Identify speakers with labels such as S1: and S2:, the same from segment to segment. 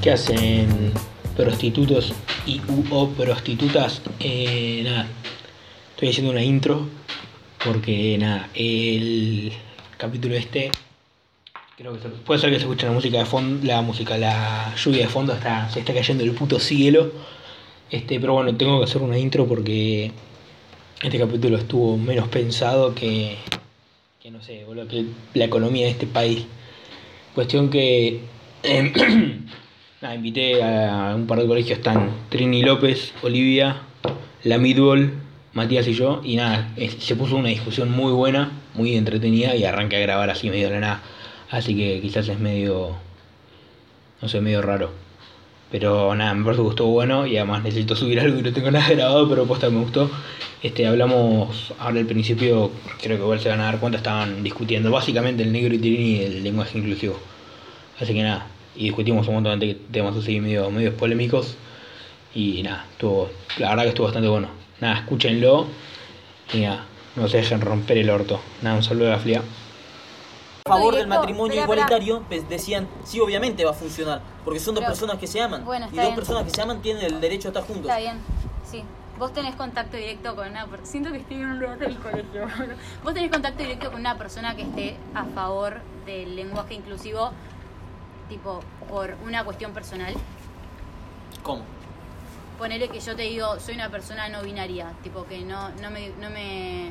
S1: ¿Qué hacen prostitutos y u o prostitutas? Eh, nada, estoy haciendo una intro porque nada, el capítulo este creo que se- puede ser que se escuche la música de fondo, la música, la lluvia de fondo está se está cayendo el puto cielo. Este, pero bueno, tengo que hacer una intro porque este capítulo estuvo menos pensado que que no sé, boludo, que la economía de este país. Cuestión que em, nada, invité a un par de colegios, están Trini López, Olivia, la Midball, Matías y yo, y nada, es- se puso una discusión muy buena, muy entretenida, y arranqué a grabar así medio de la nada. Así que quizás es medio, no sé, medio raro. Pero nada, me parece que estuvo bueno y además necesito subir algo y no tengo nada grabado, pero posta me gustó. Este, hablamos ahora al principio, creo que igual se van a dar cuenta, estaban discutiendo básicamente el negro y Tirini y el lenguaje inclusivo. Así que nada, y discutimos un montón de temas así medio, medio polémicos. Y nada, estuvo, la verdad que estuvo bastante bueno. Nada, escúchenlo y nada, no se dejen romper el orto. Nada, un saludo a la flia.
S2: A favor del
S3: Directo,
S2: matrimonio
S3: espera,
S2: igualitario, pues, decían, sí, obviamente va a funcionar, porque son dos
S3: Pero-
S2: personas que se aman.
S3: Bueno,
S2: y
S3: está
S2: dos
S3: bien.
S2: personas que se aman tienen el derecho a estar juntos.
S3: Está bien, sí. Vos tenés contacto directo con una persona. Siento que estoy en un lugar del colegio. Vos tenés contacto directo con una persona que esté a favor del lenguaje inclusivo, tipo, por una cuestión personal.
S2: ¿Cómo?
S3: Ponele que yo te digo, soy una persona no binaria, tipo, que no, no me. No me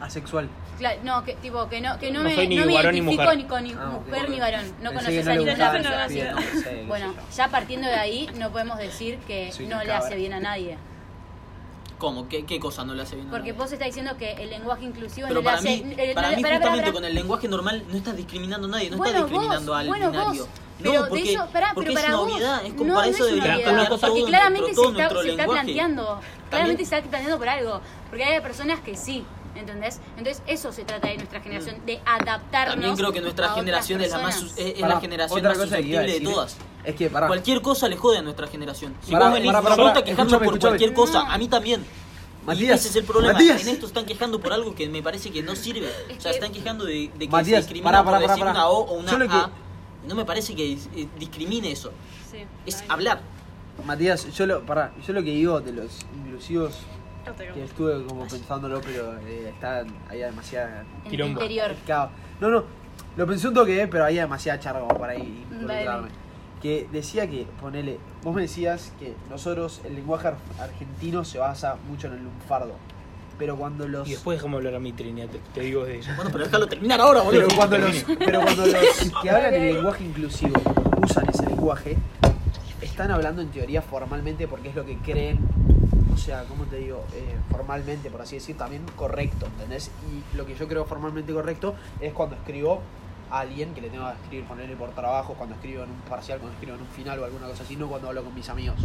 S4: Asexual.
S3: cla- no, que, tipo, que no, que no,
S1: No
S3: me,
S1: soy ni
S3: no me
S1: varón ni
S3: identifico
S1: mujer.
S3: ni con ni
S4: Ah, ok.
S3: mujer ni varón. No
S4: Pensé que
S3: conoces
S4: no
S3: a
S4: le
S3: ninguna
S4: gustaba
S3: persona
S4: esa
S3: así.
S4: piel, no sé, qué sé
S3: Bueno,
S4: yo.
S3: ya partiendo de ahí, no podemos decir que
S4: Soy
S3: no
S4: una
S3: le hace
S4: cabra.
S3: bien a nadie.
S2: ¿Cómo? ¿Qué, qué cosa no le hace bien? a
S3: Porque
S2: nadie?
S3: vos estás diciendo que el lenguaje inclusivo
S2: Pero
S3: no le
S2: para
S3: hace.
S2: mí,
S3: eh, no
S2: para
S3: le-
S2: mí
S3: pará,
S2: justamente
S3: pará, pará.
S2: con el lenguaje normal no estás discriminando a nadie, no
S3: Bueno,
S2: estás discriminando
S3: vos,
S2: al
S3: bueno,
S2: binario.
S3: vos. Pero
S2: no,
S3: de
S2: porque,
S3: eso, pará,
S2: porque
S3: pero para
S2: es una
S3: vos,
S2: unidad, es como
S3: no,
S2: para
S3: no
S2: eso
S3: es una
S2: debería
S1: unidad.
S2: cambiar
S1: Porque
S2: todo
S3: Porque claramente
S2: nuestro, todo
S3: se está,
S2: nuestro
S3: se está
S2: lenguaje.
S3: planteando.
S2: También-
S3: Claramente se está planteando por algo. Porque hay personas que sí, ¿entendés? Entonces, eso se trata de nuestra generación, de adaptarnos.
S2: Mm. También creo que nuestra
S3: a otras
S2: generación es la más
S3: personas.
S2: sus- es, es
S4: Pará,
S2: la generación
S4: otra
S2: más
S4: cosa que iba a
S2: susceptible de
S4: decir
S2: todas.
S4: Es que, pará.
S2: Cualquier cosa le jode a nuestra generación. Si
S4: Pará,
S2: vos venís
S4: pará, pará,
S2: solo
S4: pará.
S2: a quejarnos
S4: Escúchame,
S2: por
S4: escúchame.
S2: cualquier cosa,
S3: No.
S2: a mí también. Y
S4: Matías,
S2: ese es el problema.
S4: Matías.
S2: En esto están quejando por algo que me parece que no sirve.
S3: Es
S2: o sea,
S3: que-
S2: están quejando de, de que se
S4: Matías,
S2: discrimina
S4: pará, pará,
S2: por decir
S4: pará,
S2: una
S4: pará.
S2: O o una
S4: Yo lo que-
S2: A. No me parece que eh, discrimine eso.
S5: Sí.
S2: Es
S5: Ay,
S2: hablar.
S4: Matías, yo lo, pará, yo lo que digo de los inclusivos,
S5: no te
S4: que
S5: creo.
S4: estuve como pensándolo, pero eh, está, había demasiada...
S3: En el
S1: Quilombo.
S3: interior.
S4: Claro. No, no, lo pensé un toque, eh, pero había demasiada charla como para ir
S3: Dale.
S4: involucrarme. Que decía que, ponele, vos me decías que nosotros, el lenguaje ar- argentino se basa mucho en el lunfardo. Pero cuando los...
S1: Y después dejamos hablar a mi Trinidad, te, te digo de ella.
S2: Bueno, pero déjalo terminar ahora, boludo.
S4: Pero cuando los, pero cuando los que hablan el lenguaje inclusivo usan ese lenguaje, están hablando en teoría formalmente porque es lo que creen, o sea, ¿cómo te digo? Eh, formalmente, por así decir, también correcto, ¿entendés? Y lo que yo creo formalmente correcto es cuando escribo a alguien que le tengo que escribir, ponerle por trabajo, cuando escribo en un parcial, cuando escribo en un final o alguna cosa así, no cuando hablo con mis amigos.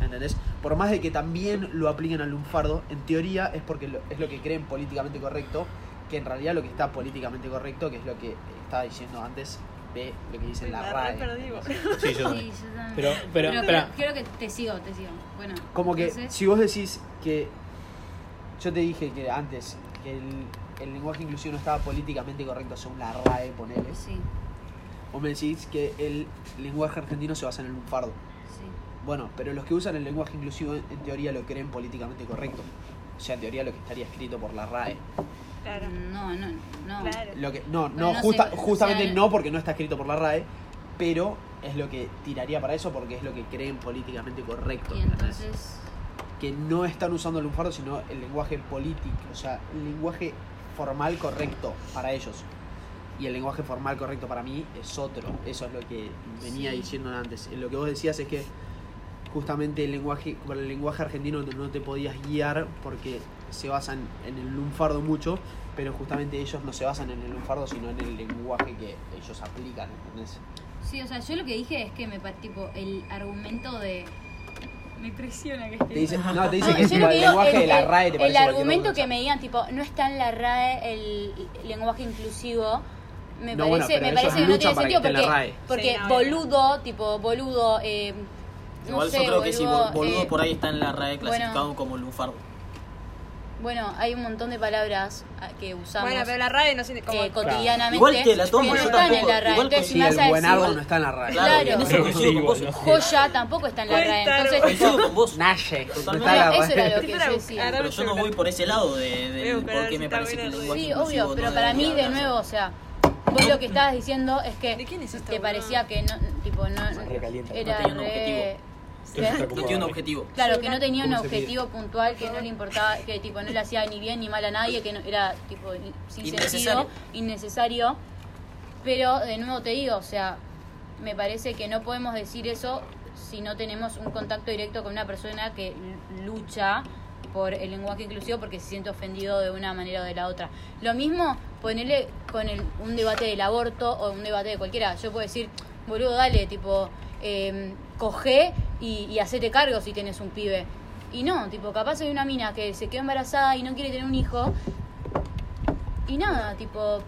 S4: ¿Entendés? Por más de que también lo apliquen al lunfardo, en teoría es porque lo- es lo que creen políticamente correcto que en realidad lo que está políticamente correcto, que es lo que estaba diciendo antes, ve lo que dice
S5: Me
S4: la
S5: la
S4: RAE.
S5: reperdí, boludo.
S1: Sí, yo
S3: Sí,
S1: también.
S3: yo también.
S1: Pero, pero,
S3: Creo que-
S1: espera.
S3: Creo que te sigo, te sigo. Bueno.
S4: Como que
S3: entonces-
S4: si vos decís que yo te dije que antes que el, el lenguaje inclusivo no estaba políticamente correcto según la RAE, ponele,
S3: Sí,
S4: vos me decís que el lenguaje argentino se basa en el lunfardo.
S3: sí.
S4: Bueno, pero los que usan el lenguaje inclusivo en, en teoría lo creen políticamente correcto. O sea, en teoría lo que estaría escrito por la RAE.
S5: Claro.
S3: No, no, no.
S5: Claro.
S4: Lo que, no,
S3: Pero
S4: no,
S3: no
S4: justa-
S3: sé,
S4: justamente
S3: o sea,
S4: no porque no está escrito por la RAE, pero es lo que tiraría para eso porque es lo que creen políticamente correcto.
S3: Y
S4: ¿entendés?
S3: entonces.
S4: Que no están usando el lunfardo, sino el lenguaje político, o sea, el lenguaje formal correcto para ellos. Y el lenguaje formal correcto para mí es otro. Eso es lo que venía
S3: Sí.
S4: diciendo antes. Eh, Lo que vos decías es que justamente el lenguaje, con el lenguaje argentino no te podías guiar porque se basan en el lunfardo mucho, pero justamente ellos no se basan en el lunfardo, sino en el lenguaje que ellos aplican, ¿entendés?
S3: Sí, o sea, yo lo que dije es que me parece tipo el argumento de. Me presiona que esté.
S4: Te dicen, no, te
S3: No,
S4: dicen que
S3: Ah, yo
S4: es
S3: lo
S4: tipo
S3: que
S4: el
S3: digo,
S4: lenguaje
S3: el-
S4: de la
S3: el- El
S4: RAE, te parece cualquier
S3: argumento
S4: cosa.
S3: que me digan, tipo, no está en la RAE el lenguaje inclusivo. Me
S4: No, bueno,
S3: parece,
S4: pero
S3: me
S4: ellos
S3: parece que no
S4: luchan
S3: tiene
S4: para que
S3: sentido
S4: esté en la
S3: porque,
S4: RAE.
S3: porque
S5: Sí, no,
S3: boludo, tipo, boludo. Eh, no
S2: Igual
S3: sé,
S2: yo creo que sí, bol-
S3: boludo,
S2: boludo
S3: eh,
S2: por ahí está en la RAE clasificado
S3: bueno.
S2: como lunfardo.
S3: Bueno, hay un montón de palabras ah, que usamos
S5: Bueno, pero la RAE no siente como.
S3: eh, cotidianamente.
S2: Igual te la tomo,
S3: que no
S2: yo
S3: están en
S2: tampoco.
S3: la RAE.
S2: Igual
S3: Entonces,
S2: Sí,
S3: si
S4: Sí,
S3: me vas
S4: el
S3: a
S4: buen
S3: decir
S4: árbol no está en la RAE.
S2: Claro,
S3: Claro.
S2: en eso coincido con vos.
S1: Sí, bueno,
S3: joya, tampoco está en la RAE.
S5: Cuéntalo.
S3: Entonces,
S2: Coincido con vos.
S4: Naye, no
S2: Totalmente.
S4: está en la
S3: eso era
S4: RAE.
S3: lo que yo decía.
S2: Pero yo no voy por ese lado de,
S5: Voy a
S2: de
S5: buscar a
S2: por
S5: ver
S2: qué
S5: si
S2: me
S5: está
S2: parece que
S5: buena
S2: el
S5: la
S2: lenguaje
S3: Sí,
S2: inclusivo
S3: obvio,
S2: no
S3: pero
S2: debería
S3: para mí, de
S2: hablarse.
S3: nuevo, o sea, vos lo que estabas diciendo es que
S5: ¿De quién es esta
S3: te
S5: boluda?
S3: parecía que no, tipo, no,
S1: Sangre caliente.
S3: era
S2: No tenía un
S3: re-
S1: Eso está como-
S2: No tiene un objetivo.
S3: Claro, que no tenía un
S4: ¿Cómo se pide?
S3: objetivo puntual, que no le importaba, que tipo no le hacía ni bien ni mal a nadie, que no, era tipo in- sin
S2: Innecesario.
S3: sentido, innecesario. Pero de nuevo te digo, o sea, me parece que no podemos decir eso si no tenemos un contacto directo con una persona que l- lucha por el lenguaje inclusivo porque se siente ofendido de una manera o de la otra. Lo mismo ponerle con el- un debate del aborto o un debate de cualquiera. Yo puedo decir, boludo, dale, tipo, eh, coge y, y hacete cargo si tienes un pibe. Y no, tipo, capaz hay una mina que se quedó embarazada y no quiere tener un hijo. Y nada, tipo,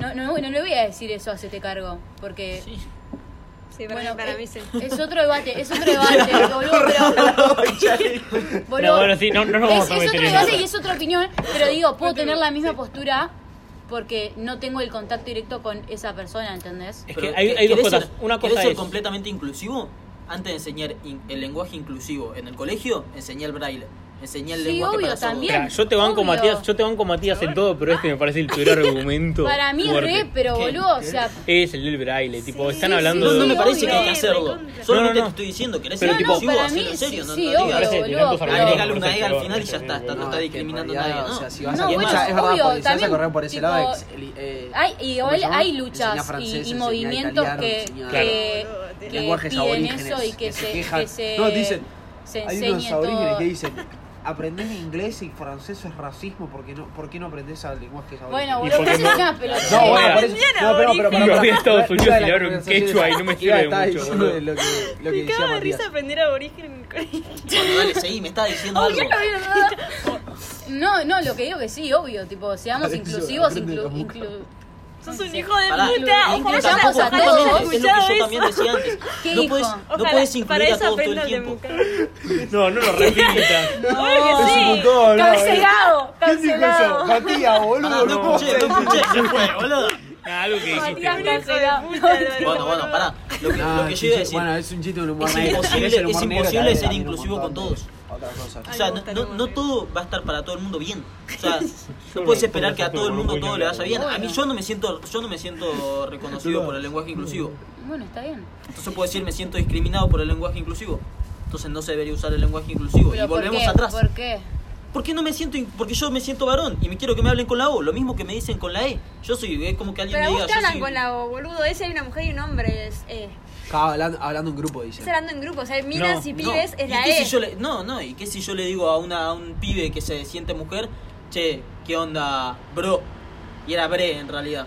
S3: no, no, no le voy a decir eso, hacete cargo, porque...
S2: Sí.
S5: Sí, para,
S3: Bueno,
S5: mí, para
S3: eh,
S5: mí sí.
S3: es otro debate, es otro debate, boludo, pero...
S6: No, bueno, sí, no, no nos
S3: es,
S6: vamos
S3: es
S6: a meter
S3: otro
S6: en
S3: debate
S6: eso.
S3: y es otra opinión, pero digo, puedo tener la misma postura porque no tengo el contacto directo con esa persona, ¿entendés?
S6: Es
S2: Pero,
S6: que hay, hay
S2: ¿querés
S6: dos cosas.
S2: ser-
S6: Una
S2: ¿querés
S6: cosa
S2: ser
S6: es.
S2: completamente inclusivo? Antes de enseñar in- el lenguaje inclusivo en el colegio, enseñé el braille. Enseñé el
S3: Sí,
S2: lenguaje
S3: obvio,
S2: para sordos.
S3: también.
S6: Espera, yo te banco
S3: Obvio.
S6: Matías, yo te banco Matías en todo, pero este me parece el peor argumento.
S3: Para mí
S6: fuerte.
S3: re, pero
S2: ¿Qué?
S3: boludo, o sea,
S6: Es el del braille, tipo,
S5: Sí,
S6: están
S3: sí,
S6: hablando
S2: No,
S6: de.
S2: no me
S3: Sí,
S2: parece que
S3: obvio.
S2: hay que hacerlo.
S5: Recontra.
S2: Solamente
S6: No, no,
S2: te
S6: no.
S2: estoy diciendo, ¿querés
S6: Pero
S2: ser
S6: tipo-
S2: inclusivo?
S3: No, no, para
S2: Hacelo
S3: mí
S2: en serio, no,
S3: sí,
S2: no
S3: obvio,
S6: Me parece
S2: digas.
S6: que
S3: boludo,
S6: tantos
S3: pero-
S2: Agregale una
S6: argumentos fuertes,
S2: E al final
S6: pero
S2: y
S6: bueno,
S2: ya está, está,
S6: no,
S2: no
S6: no.
S2: está
S4: es que en
S2: discriminando a
S4: realidad,
S2: nadie, ¿no?
S4: O sea, si vas
S3: No,
S4: a
S3: bueno,
S4: es verdad,
S3: obvio,
S4: porque si vas a
S3: también,
S4: correr por ese
S3: tipo,
S4: lado, ex- el- eh,
S3: hay,
S4: ¿cómo se
S3: igual
S4: llama?
S3: hay
S4: Enseñá
S3: luchas
S4: francés,
S3: y- y,
S4: enseñá
S3: movimientos
S4: italiano,
S3: que,
S4: enseñá-
S3: que,
S5: Claro.
S3: que
S4: lenguajes
S3: piden
S4: aborígenes
S3: eso y que, se,
S4: quejan.
S3: que se,
S4: no, dicen,
S3: se
S4: hay unos
S3: enseñe
S4: aborígenes
S3: todo.
S4: que dicen, aprendés inglés y francés es racismo, ¿por qué no, por qué no aprendés al lenguaje
S3: bueno,
S4: aborígenes?
S6: Y
S3: boludo, vos sos
S6: porque no-
S3: una pelota.
S4: No,
S6: Sí,
S4: bueno, por eso,
S5: aprendí en
S4: no, pero, pero,
S5: aborigen.
S4: pero,
S6: Yo fui a Estados
S4: iba de
S6: Unidos y le hablo en
S4: las conversaciones-
S6: quechua y no me
S4: iba
S6: sirve
S4: a estar
S6: mucho,
S4: diciendo
S6: boludo.
S4: lo que, lo que
S5: Me
S4: decía
S5: acaba de
S4: Matías.
S5: risa aprender aborigen en el colegio.
S2: Bueno, dale, seguí, me está diciendo algo.
S3: No, no, lo que digo que sí, obvio, tipo, seamos
S4: Parece
S3: inclusivos,
S4: aprende
S3: inclu-
S4: la boca.
S3: inclu-
S5: Sos un hijo de
S2: Pará,
S5: puta.
S2: inclusivo
S5: Ojalá
S3: incluyamos
S2: tampoco,
S3: a
S5: ojalá
S2: justamente,
S3: todos.
S2: Es lo que
S5: hayas escuchado
S2: yo
S5: eso.
S2: también decía antes.
S3: ¿Qué
S2: No
S3: hijo?
S2: puedes, no
S5: Ojalá,
S2: puedes incluir
S5: para
S2: a
S5: eso
S2: todos todo el
S5: aprendas de
S2: tiempo.
S5: Mucar.
S6: No, no lo repitas.
S5: Claro que sí.
S4: montón, no,
S5: Cancelado,
S4: ¿Quién dijo eso?
S5: cancelado.
S4: Matías,
S2: Pará,
S4: boludo, no
S2: Ah, no
S4: puedo
S2: escuché, no
S4: creer.
S2: escuché, se fue, boludo.
S6: Nah, Ah, algo que dijiste.
S5: Matías,
S6: boludo.
S5: cancelado.
S2: Bueno, bueno, pará. Lo que, lo
S4: No,
S2: que
S4: es
S2: yo iba a
S4: un chiste-
S2: decir.
S4: Ah, Bueno, es un chiste de un humor
S2: Es
S4: negro.
S2: imposible-
S4: Si tenés el humor
S2: es
S4: negro,
S2: imposible
S4: dale,
S2: ser
S4: dale,
S2: inclusivo
S4: un
S2: con
S4: montón de-
S2: todos.
S4: Otra cosa.
S2: O sea, no, no, no todo va a estar para todo el mundo bien. O sea, no puedes esperar que a todo el mundo todo le vaya bien. A mí yo no me siento, yo no me siento reconocido por el lenguaje inclusivo.
S3: Bueno, está bien.
S2: Entonces puedo decir me siento discriminado por el lenguaje inclusivo. Entonces no se debería usar el lenguaje inclusivo.
S3: Pero
S2: y volvemos
S3: ¿por qué?
S2: atrás.
S3: ¿Por qué?
S2: ¿Por qué no me siento? in- Porque yo me siento varón y me quiero que me hablen con la O, lo mismo que me dicen con la E. Yo soy, es como que alguien
S5: Pero a
S2: me diga.
S5: vos te
S2: yo
S5: hablan
S2: soy-
S5: con la O, boludo. Ese hay una mujer y un hombre. Es, eh,
S4: Estaba hablando, hablando en grupo, dice.
S5: es hablando en grupos. Hay minas y
S2: No,
S5: pibes.
S2: ¿y
S5: Es la
S2: qué
S5: E.
S2: si yo le- no, no, ¿y qué si yo le digo a, una, a un pibe que se siente mujer? Che, ¿qué onda, bro? Y era bre en realidad.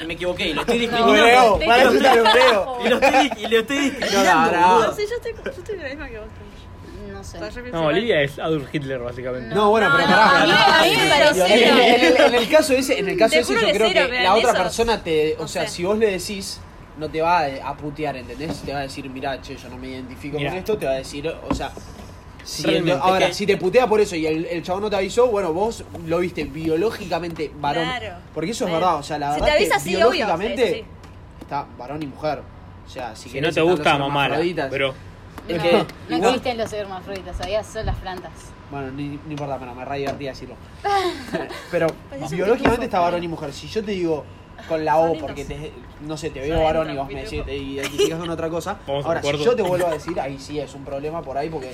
S2: Y me equivoqué y lo estoy discriminando.
S4: Hebreo,
S5: te-
S4: para eso está el hebreo.
S2: Y lo estoy, y lo estoy discriminando.
S4: No, no, no.
S2: boludo.
S5: No sé, yo estoy, yo estoy la misma que vos. Tony.
S3: No sé.
S5: Estás re
S6: No,
S5: principal.
S6: Lidia es Adolf Hitler, básicamente.
S4: No, bueno,
S3: No,
S4: pero
S3: no,
S4: pará.
S3: a mí-
S4: pará.
S3: a mí me
S4: En
S3: parece-
S4: el- en el- en el caso ese, en el caso
S5: Te
S4: ese
S5: juro
S4: yo
S5: que
S4: creo
S5: cero,
S4: que
S5: pero
S4: la
S5: en
S4: otra
S5: eso-
S4: persona te, o
S5: no
S4: sea,
S5: sé.
S4: si vos le decís, no te va eh, a a putear, ¿entendés? Te va a decir, mirá, che, yo no me identifico
S6: Mirá.
S4: con esto, te va a decir, o sea, si el-
S6: Realmente,
S4: ahora,
S2: que-
S4: si te putea por eso y el, el chabón no te avisó, bueno, vos lo viste biológicamente varón.
S5: Claro.
S4: Porque eso es
S5: Bueno.
S4: verdad, o sea, la
S5: Si
S4: verdad
S5: te
S4: es que
S5: avisa, sí, obvio,
S4: biológicamente
S5: sí, sí.
S4: está varón y mujer. O sea, si,
S6: Si no
S4: querés
S6: te
S4: están
S6: gusta,
S4: los
S6: mamá.
S4: hermafroditas.
S6: Pero.
S4: Es
S3: no,
S4: que-
S3: no
S4: igual-
S3: existen los hermafroditas, había son las plantas.
S4: Bueno, ni- no importa, pero me re divertía decirlo. Eh, pero
S5: Pues es un
S4: biológicamente
S5: pitufo.
S4: está varón y mujer. Si yo te digo con la O,
S5: Sonidos.
S4: porque te- no sé, te veo
S5: Sonidos,
S4: varón y vos me
S5: pitufo.
S4: decís, te identificas con otra cosa.
S6: Vamos a
S4: Ahora,
S6: un
S4: si
S6: cuarto.
S4: yo te vuelvo a decir, ahí sí es un problema por ahí, porque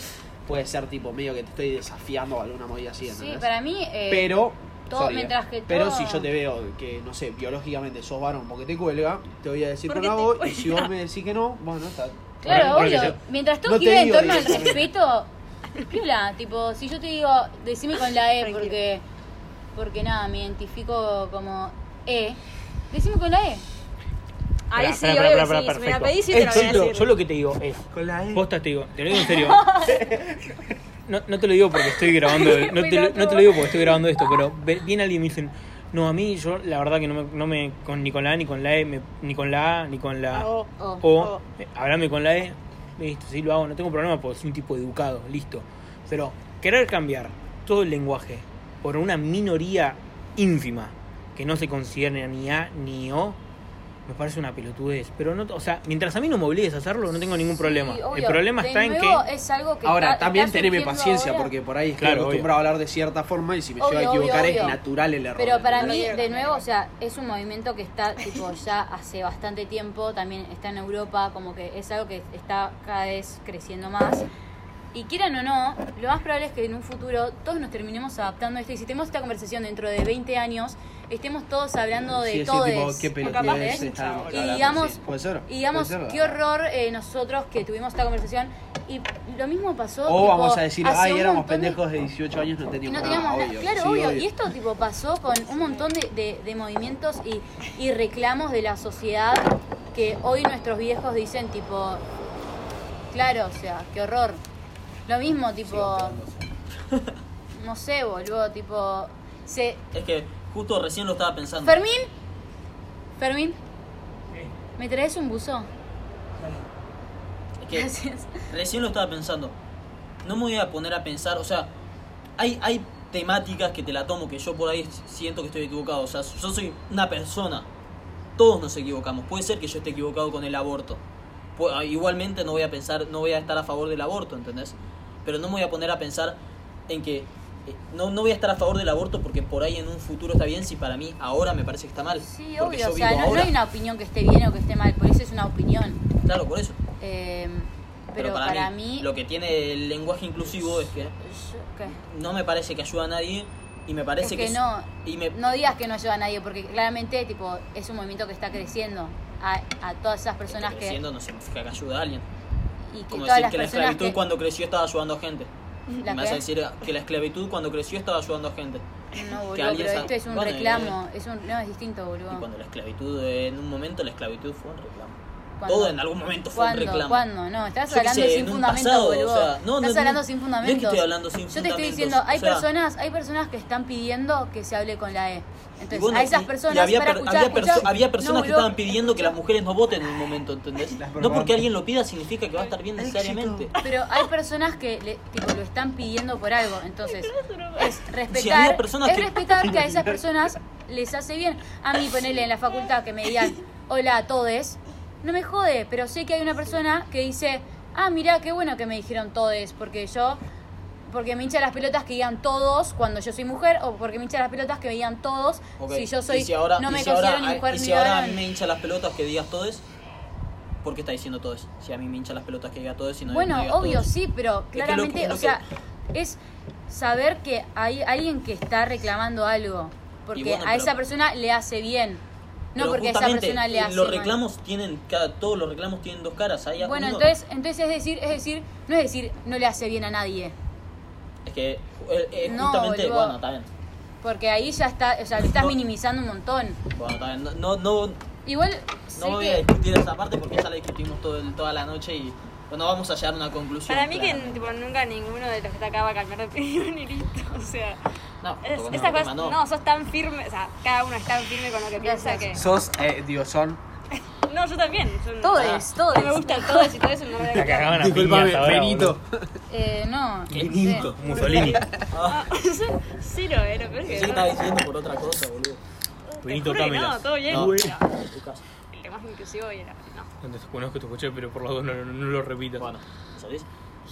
S4: puede ser tipo medio que te estoy desafiando o alguna movida así.
S3: Sí,
S4: ¿entendés?
S3: para mí. eh,
S4: pero.
S3: todo-
S4: sorry, eh.
S3: mientras que
S4: pero
S3: todo-
S4: si yo te veo que, no sé, biológicamente sos varón porque te cuelga, te voy a decir con
S5: Porque
S4: la
S5: te
S4: O, y
S5: cuelga.
S4: si vos me decís que no, bueno, está.
S3: Claro,
S6: Bueno,
S3: obvio.
S6: bueno,
S3: Mientras todo
S4: No te
S3: gira en
S4: digo
S3: torno al
S4: directamente.
S3: respeto, piola, tipo, si yo te digo, decime con la E
S5: Tranquilo.
S3: porque porque nada, me identifico como E, decime con la E.
S5: Ahí
S6: Pará,
S5: sí,
S6: pará,
S5: obvio
S6: pará,
S5: que
S6: pará,
S5: sí.
S6: pará,
S5: Si me la
S6: perfecto.
S5: pedís, sí te la voy a
S6: Yo,
S5: decir.
S6: yo lo que te digo es.
S4: Con la E.
S6: Postas te digo, te lo digo en serio. No, no te lo digo porque estoy grabando, no te, lo- no te lo digo porque estoy grabando esto, pero ve- viene alguien y me dicen, no, a mí yo la verdad que no me, no me con, ni con la A, ni con la E, me- ni con la A, ni con la O,
S5: O,
S3: O.
S6: eh, hablame con la E, listo, sí lo hago, no tengo problema porque soy un tipo educado, listo. Pero querer cambiar todo el lenguaje por una minoría ínfima que no se considera ni A ni O, me parece una pelotudez. Pero no, o sea, mientras a mí no me obligues a hacerlo, no tengo ningún problema.
S3: Sí, obvio.
S6: El problema
S3: De
S6: está en
S3: nuevo,
S6: que.
S3: Es algo que
S4: Ahora,
S3: está-
S4: también
S3: está
S4: teneme
S3: surgiendo
S4: paciencia
S3: ahora.
S4: porque por ahí estoy
S6: Claro,
S4: acostumbrado a hablar de cierta forma y si me
S3: Obvio,
S4: llevo a equivocar
S3: obvio,
S4: es
S3: obvio.
S4: natural el error.
S3: Pero para
S4: ¿entendés?
S3: mí, de nuevo, o sea, es un movimiento que está, tipo, ya hace bastante tiempo, también está en Europa, como que es algo que está cada vez creciendo más. Y quieran o no, lo más probable es que en un futuro todos nos terminemos adaptando a esto. Y si tenemos esta conversación dentro de 20 años, estemos todos hablando de
S4: Sí, sí,
S3: todo
S4: tipo, qué pelotudez
S3: ¿Entendés?
S4: estábamos
S5: Y
S4: hablando,
S3: digamos-
S4: sí. Puede ser,
S3: Y digamos,
S4: puede ser.
S3: qué horror eh, nosotros que tuvimos esta conversación. Y lo mismo pasó.
S4: O
S3: tipo,
S4: vamos a decir,
S3: hace
S4: ay,
S3: un
S4: éramos
S3: montón de-
S4: pendejos de 18 años, no
S3: y
S4: teníamos
S3: no teníamos
S4: nada,
S3: nada.
S4: Ah, obvio.
S3: Claro,
S4: Sí,
S3: obvio. Y esto tipo pasó con un montón de, de- de movimientos y, y reclamos de la sociedad que hoy nuestros viejos dicen tipo, claro, o sea, qué horror. Lo mismo, tipo, no sé, boludo, tipo, se...
S2: Es que justo recién lo estaba pensando.
S3: Fermín, Fermín, ¿me traes un buzo?
S2: Es que
S3: Gracias.
S2: recién lo estaba pensando. No me voy a poner a pensar, o sea, hay, hay temáticas que te la tomo que yo por ahí siento que estoy equivocado. O sea, yo soy una persona. Todos nos equivocamos. Puede ser que yo esté equivocado con el aborto. Pu- ah, Igualmente no voy a pensar, no voy a estar a favor del aborto, ¿entendés? Pero no me voy a poner a pensar en que eh, no, no voy a estar a favor del aborto porque por ahí en un futuro está bien si para mí ahora me parece que está mal.
S3: Sí,
S2: Porque
S3: obvio,
S2: yo
S3: o
S2: vivo
S3: sea, no, no
S2: ahora.
S3: hay una opinión que esté bien o que esté mal, por eso es una opinión.
S2: Claro, por eso.
S3: Eh,
S2: Pero, para, mí, lo que tiene el lenguaje inclusivo es que
S3: yo- ¿qué?
S2: no me parece que ayuda a nadie y me parece
S3: Es que
S2: es-
S3: no.
S2: y me-
S3: No digas que no ayuda a nadie, porque claramente tipo es un movimiento que está creciendo a, a todas esas personas
S2: está
S3: que
S2: creciendo no significa que ayuda a alguien
S3: y que
S2: como decir
S3: todas las
S2: que la
S3: personas
S2: esclavitud
S3: que
S2: cuando creció estaba ayudando a gente
S3: ¿La
S2: me vas a
S3: qué?
S2: decir que la esclavitud cuando creció estaba ayudando a gente
S3: no boludo,
S2: alguien
S3: pero
S2: sa-
S3: esto es un
S2: bueno,
S3: reclamo, es un no es distinto boludo.
S2: y cuando la esclavitud eh, en un momento la esclavitud fue un reclamo
S3: ¿Cuándo?
S2: todo en algún momento fue
S3: ¿Cuándo?
S2: un reclamo
S3: ¿Cuándo? No, estás
S2: Yo qué
S3: hablando
S2: sé, en
S3: sin
S2: un
S3: fundamento,
S2: pasado,
S3: boludo.
S2: o sea, no,
S3: estás
S2: no, no,
S3: hablando
S2: no
S3: sin
S2: es que
S3: fundamentos.
S2: estoy hablando sin
S3: Yo te estoy
S2: fundamentos,
S3: diciendo, hay
S2: o sea-
S3: personas, hay personas que están pidiendo que se hable con la E.
S2: Y
S3: Entonces,
S2: bueno,
S3: a esas
S2: y- y
S3: personas
S2: había,
S3: para
S2: per-
S3: escuchar,
S2: había perso-
S3: escuchar-
S2: había
S3: no,
S2: personas que
S3: boludo,
S2: estaban pidiendo que las mujeres no voten en un momento, ¿entendés? No porque alguien lo pida significa que va a estar bien necesariamente.
S3: Pero hay personas que le- tipo, lo están pidiendo por algo, entonces es respetar,
S2: Si había personas
S3: es
S2: que-
S3: respetar que a esas personas les hace bien. A mí ponerle en la facultad que me digan hola a todes, no me jode, pero sé que hay una persona que dice, ah, mirá, qué bueno que me dijeron todes, porque yo, porque me hincha las pelotas que digan todos cuando yo soy mujer, o porque me hincha las pelotas que me digan todos
S2: Ok,
S3: si yo soy,
S2: y si ahora,
S3: no
S2: y
S3: me
S2: si
S3: considero
S2: ahora-
S3: ni mujer
S2: y
S3: ni
S2: si ahora
S3: varón.
S2: me hincha las pelotas que digas todes, ¿por qué está diciendo todes? Si a mí me hincha las pelotas que diga todes y no
S3: Bueno,
S2: no diga
S3: obvio,
S2: todes.
S3: sí, pero
S2: que lo-
S3: claramente,
S2: lo
S3: o
S2: que-
S3: sea, es saber que hay alguien que está reclamando algo. Porque
S2: Y bueno,
S3: a
S2: pero-
S3: esa persona le hace bien. No
S2: Pero
S3: porque a esa
S2: justamente,
S3: persona le hace
S2: Los
S3: mal.
S2: reclamos tienen, cada, todos los reclamos tienen dos caras. Hay
S3: Bueno,
S2: uno-
S3: entonces, entonces es decir, es decir, no es decir, no le hace bien a nadie.
S2: Es que, eh, eh,
S3: No,
S2: justamente,
S3: boludo.
S2: bueno, está bien.
S3: Porque ahí ya está, o sea, lo estás
S2: No.
S3: minimizando un montón.
S2: Bueno, está bien. No, no, no,
S3: Igual sé
S2: no eh, voy a
S3: que
S2: discutir esa parte porque ya la discutimos todo el- toda la noche y no vamos a llegar a una conclusión.
S5: Para mí que
S2: claramente.
S5: tipo, nunca ninguno de los que está acá va a cambiar de opinión y listo. O sea,
S2: No,
S5: es,
S2: tocando
S5: estas
S2: el tema,
S5: cosas, no, sos tan firme, o sea, cada uno es tan firme con lo que piensa que...
S3: Gracias.
S4: Sos, eh, diosón.
S5: No, yo también. yo no- Ah,
S3: todes,
S5: No me
S3: todes.
S5: gustan todos y todo eso no me
S6: La
S5: gusta.
S6: cagaban a piñas ahora, boludo.
S3: Eh, no.
S2: ¿Qué?
S3: no sé.
S6: Mussolini.
S5: Ah, yo- Cero, eh, lo peor
S2: Pensé
S5: que
S2: que
S5: no.
S2: estaba diciendo por otra cosa, boludo.
S5: Te
S6: Benito
S5: juro que
S6: Cámelas.
S5: No, todo bien.
S2: No.
S5: Mira,
S2: En tu caso.
S5: El tema más inclusivo y era. No.
S6: No te conozco, te escuché, pero por las dos no, no- no lo repitas.
S2: Bueno, ¿sabés?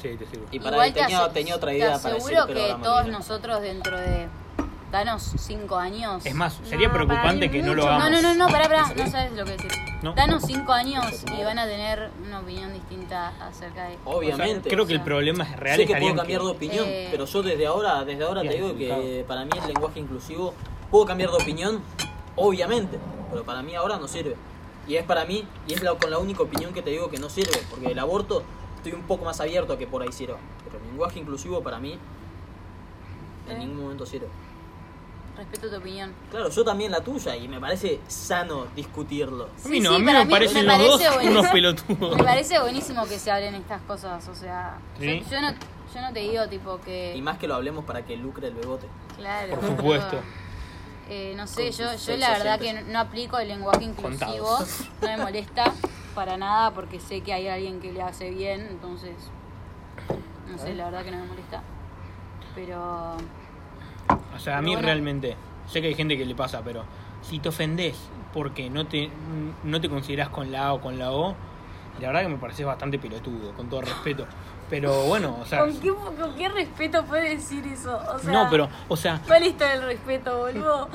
S6: Sí, te sirvo.
S2: Y para
S3: Igual te
S2: tenía,
S3: ase-
S2: tenía otra
S3: te
S2: idea para decir, pero
S3: aseguro que
S2: ahora me
S3: todos
S2: olvidé.
S3: nosotros dentro de danos cinco años.
S6: Es más, sería
S5: No, para
S6: preocupante
S5: mí
S6: que no lo
S5: mucho.
S6: hagamos.
S3: No, no, no, no, pará, pará, no sabes lo que decir.
S6: No.
S3: Danos cinco años y van a tener una opinión distinta acerca de.
S6: Oh. O
S2: Obviamente.
S6: sea, creo que el
S3: O sea,
S6: problema es real.
S2: sé
S6: es
S2: que puedo
S6: alguien
S2: cambiar de opinión,
S3: Eh,
S2: pero yo desde ahora, desde ahora te
S6: Bien,
S2: digo que
S6: complicado.
S2: para mí el lenguaje inclusivo, puedo cambiar de opinión, obviamente, pero para mí ahora no sirve. Y es para mí, y es la- con la única opinión que te digo que no sirve, porque el aborto estoy un poco más abierto a que por ahí sirva. Pero el lenguaje inclusivo para mí en ningún momento sirve.
S3: Respeto tu opinión.
S2: Claro, yo también la tuya, y me parece sano discutirlo.
S6: A mí
S3: Sí,
S6: no,
S3: sí,
S6: a mí
S3: para
S6: me
S3: mí-
S6: parecen
S3: me
S6: los
S3: parece
S6: dos
S3: bueno.
S6: unos pelotudos.
S3: Me parece buenísimo que se hablen estas cosas, o sea. yo-
S6: Sí.
S3: Yo, no, yo no te digo, tipo,
S2: Y
S3: que.
S2: más que lo hablemos para que lucre el bebote.
S3: Claro.
S6: Por supuesto.
S3: boludo. Eh, no sé,
S2: Con
S3: yo,
S2: sus
S3: yo
S2: seis
S3: la verdad que
S2: oyentes.
S3: no aplico el lenguaje inclusivo.
S6: Contados.
S3: No me molesta para nada porque sé que hay alguien que le hace bien, entonces.
S6: ¿Eh?
S3: No sé, la verdad que no me molesta. Pero.
S6: O sea, a mí
S3: Pero bueno.
S6: realmente, sé que hay gente que le pasa, pero si te ofendés porque no te, no te considerás con la A o con la O, la verdad que me pareces bastante pelotudo, con todo respeto. Pero bueno, o sea...
S3: ¿Con qué, con qué respeto puede decir eso? O sea,
S6: no, pero, o sea,
S3: ¿Cuál está el respeto, boludo?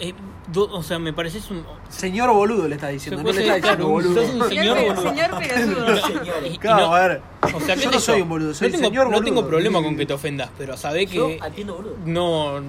S6: eh, do- o sea, me pareces un...
S4: Señor boludo le está diciendo, no le está
S6: Claro,
S4: diciendo
S6: un-
S4: boludo.
S6: sos un señor
S5: pe-
S6: boludo.
S5: señor pelotudo.
S6: Y- y
S4: Claro,
S6: no-
S4: a ver.
S6: O sea,
S4: Yo
S6: ¿qué
S4: no
S6: sé
S4: soy un boludo, soy
S6: no tengo,
S4: señor
S6: no
S4: boludo.
S6: tengo problema con que te ofendas, pero sabé
S2: Yo
S6: que
S2: atiendo, boludo.
S6: no,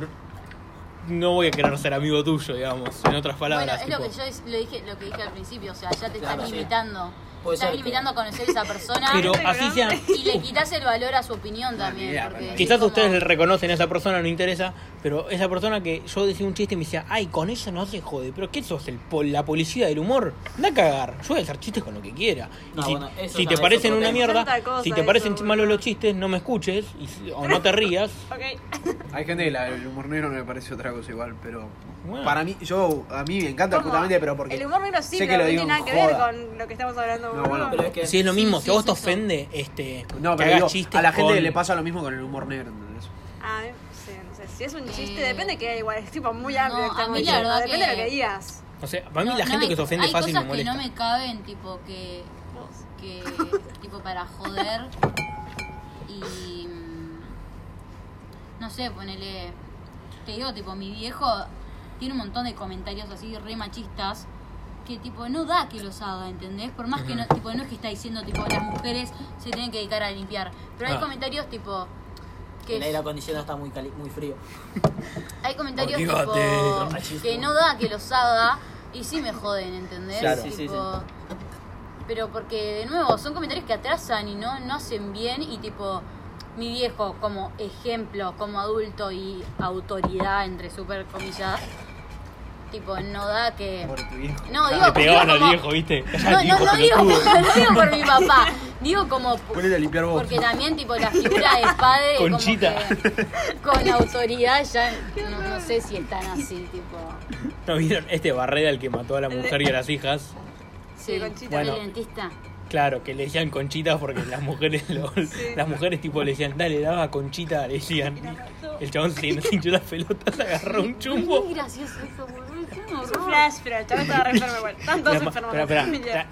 S6: no voy a querer ser amigo tuyo, digamos, en otras
S3: Bueno,
S6: palabras.
S3: es lo que
S6: tipo,
S3: yo es- lo dije, lo que dije al principio, o sea, ya te
S2: Claro,
S3: están
S2: sí.
S3: limitando.
S2: Puede
S3: estás
S2: ser que-
S3: limitando a conocer a esa persona
S6: Pero así sea,
S3: y le quitas el valor a su opinión también.
S4: mira,
S3: porque
S4: bueno,
S3: es
S6: quizás
S3: como-
S6: ustedes le reconocen a esa persona, no interesa, pero esa persona que yo decía un chiste y me decía, ay, con eso no se jode, pero ¿qué sos? El, pol- la policía del humor, da a cagar, yo voy a hacer chistes con lo que quiera. Y
S2: No,
S6: si
S2: bueno, eso
S6: si
S2: no,
S6: te
S2: eso
S6: parecen
S2: porque
S6: una
S2: es
S6: mierda,
S5: tanta cosa
S6: si te
S5: eso,
S6: parecen
S5: boludo.
S6: malos los chistes, no me escuches y si- o no te rías.
S5: Ok.
S4: Hay gente que la, el humor negro no me parece otra cosa igual, pero
S6: Bueno.
S4: para mí, yo, a mí me encanta
S5: ¿Cómo?
S4: justamente, pero porque
S5: El humor negro sí,
S4: sé que
S5: pero
S4: lo
S5: no
S4: digo
S5: tiene nada
S4: en
S5: que ver
S4: joda.
S5: con lo que estamos hablando.
S4: No,
S5: boludo.
S4: bueno,
S2: Pero es que.
S6: Si es lo mismo,
S3: Sí,
S6: si
S3: sí,
S6: a vos
S3: es
S6: te
S3: eso.
S6: ofende, este,
S4: No,
S6: que
S4: pero
S6: hagas
S4: digo,
S6: chistes
S4: a la gente
S6: con-
S4: le pasa lo mismo con el humor negro, ¿entendés?
S5: Ah, no sé, no sé. Si es un chiste,
S3: Eh,
S5: depende que igual. Es tipo muy amplio.
S3: no, a
S5: está
S3: mí
S5: muy
S3: la
S5: lleno,
S3: verdad
S5: Depende de
S3: que-
S5: lo que digas.
S6: O sea, para mí
S3: No,
S6: la
S3: no
S6: gente
S3: me-
S6: que se ofende
S3: hay
S6: fácil me
S3: cosas que
S6: molesta.
S3: no me caben, tipo que que tipo para joder y mm, no sé, ponele te digo, tipo mi viejo tiene un montón de comentarios así re machistas que tipo no da que los haga, ¿entendés? Por más que no, tipo no es que está diciendo tipo las mujeres se tienen que dedicar a limpiar, pero hay
S6: Ah.
S3: comentarios tipo
S2: El aire
S3: que
S2: acondicionado está muy, cali- muy frío.
S3: hay comentarios
S6: Olvídate.
S3: tipo, que no da que los haga y sí me joden, ¿entendés?
S2: Claro. Sí, sí,
S3: Tipo, Pero porque, de nuevo, son comentarios que atrasan y no, no hacen bien y tipo, mi viejo como ejemplo, como adulto y autoridad, entre super comillas, tipo, no da que...
S4: Por tu viejo.
S3: No, digo,
S6: Le pegaban
S3: digo
S6: al
S3: como-
S6: viejo, ¿viste?
S3: No,
S6: Al
S3: no,
S6: viejo
S3: no digo,
S6: pelotudo.
S3: no digo por mi papá, digo como...
S4: Ponete a limpiar vos.
S3: Porque también, tipo, la figura de padre. como
S6: Conchita.
S3: que con autoridad ya. No, no sé si están así, tipo.
S6: ¿No vieron este Barreda, el que mató a la mujer y a las hijas?
S3: Sí,
S5: Sí, Conchita.
S3: el
S6: Bueno.
S3: dentista.
S6: Claro, que le decían conchita porque las mujeres lo- las mujeres tipo le decían, dale, daba conchita, le decían. Y el chabón se se hinchó las pelotas, agarró un
S3: Qué
S6: chumbo.
S3: gracioso eso, boludo. qué
S5: Es un
S3: horror.
S5: flash, pero el chaval estaba re enfermo igual. Están todos
S6: La ma-
S5: enfermos.
S6: espera, espera,
S5: Mira.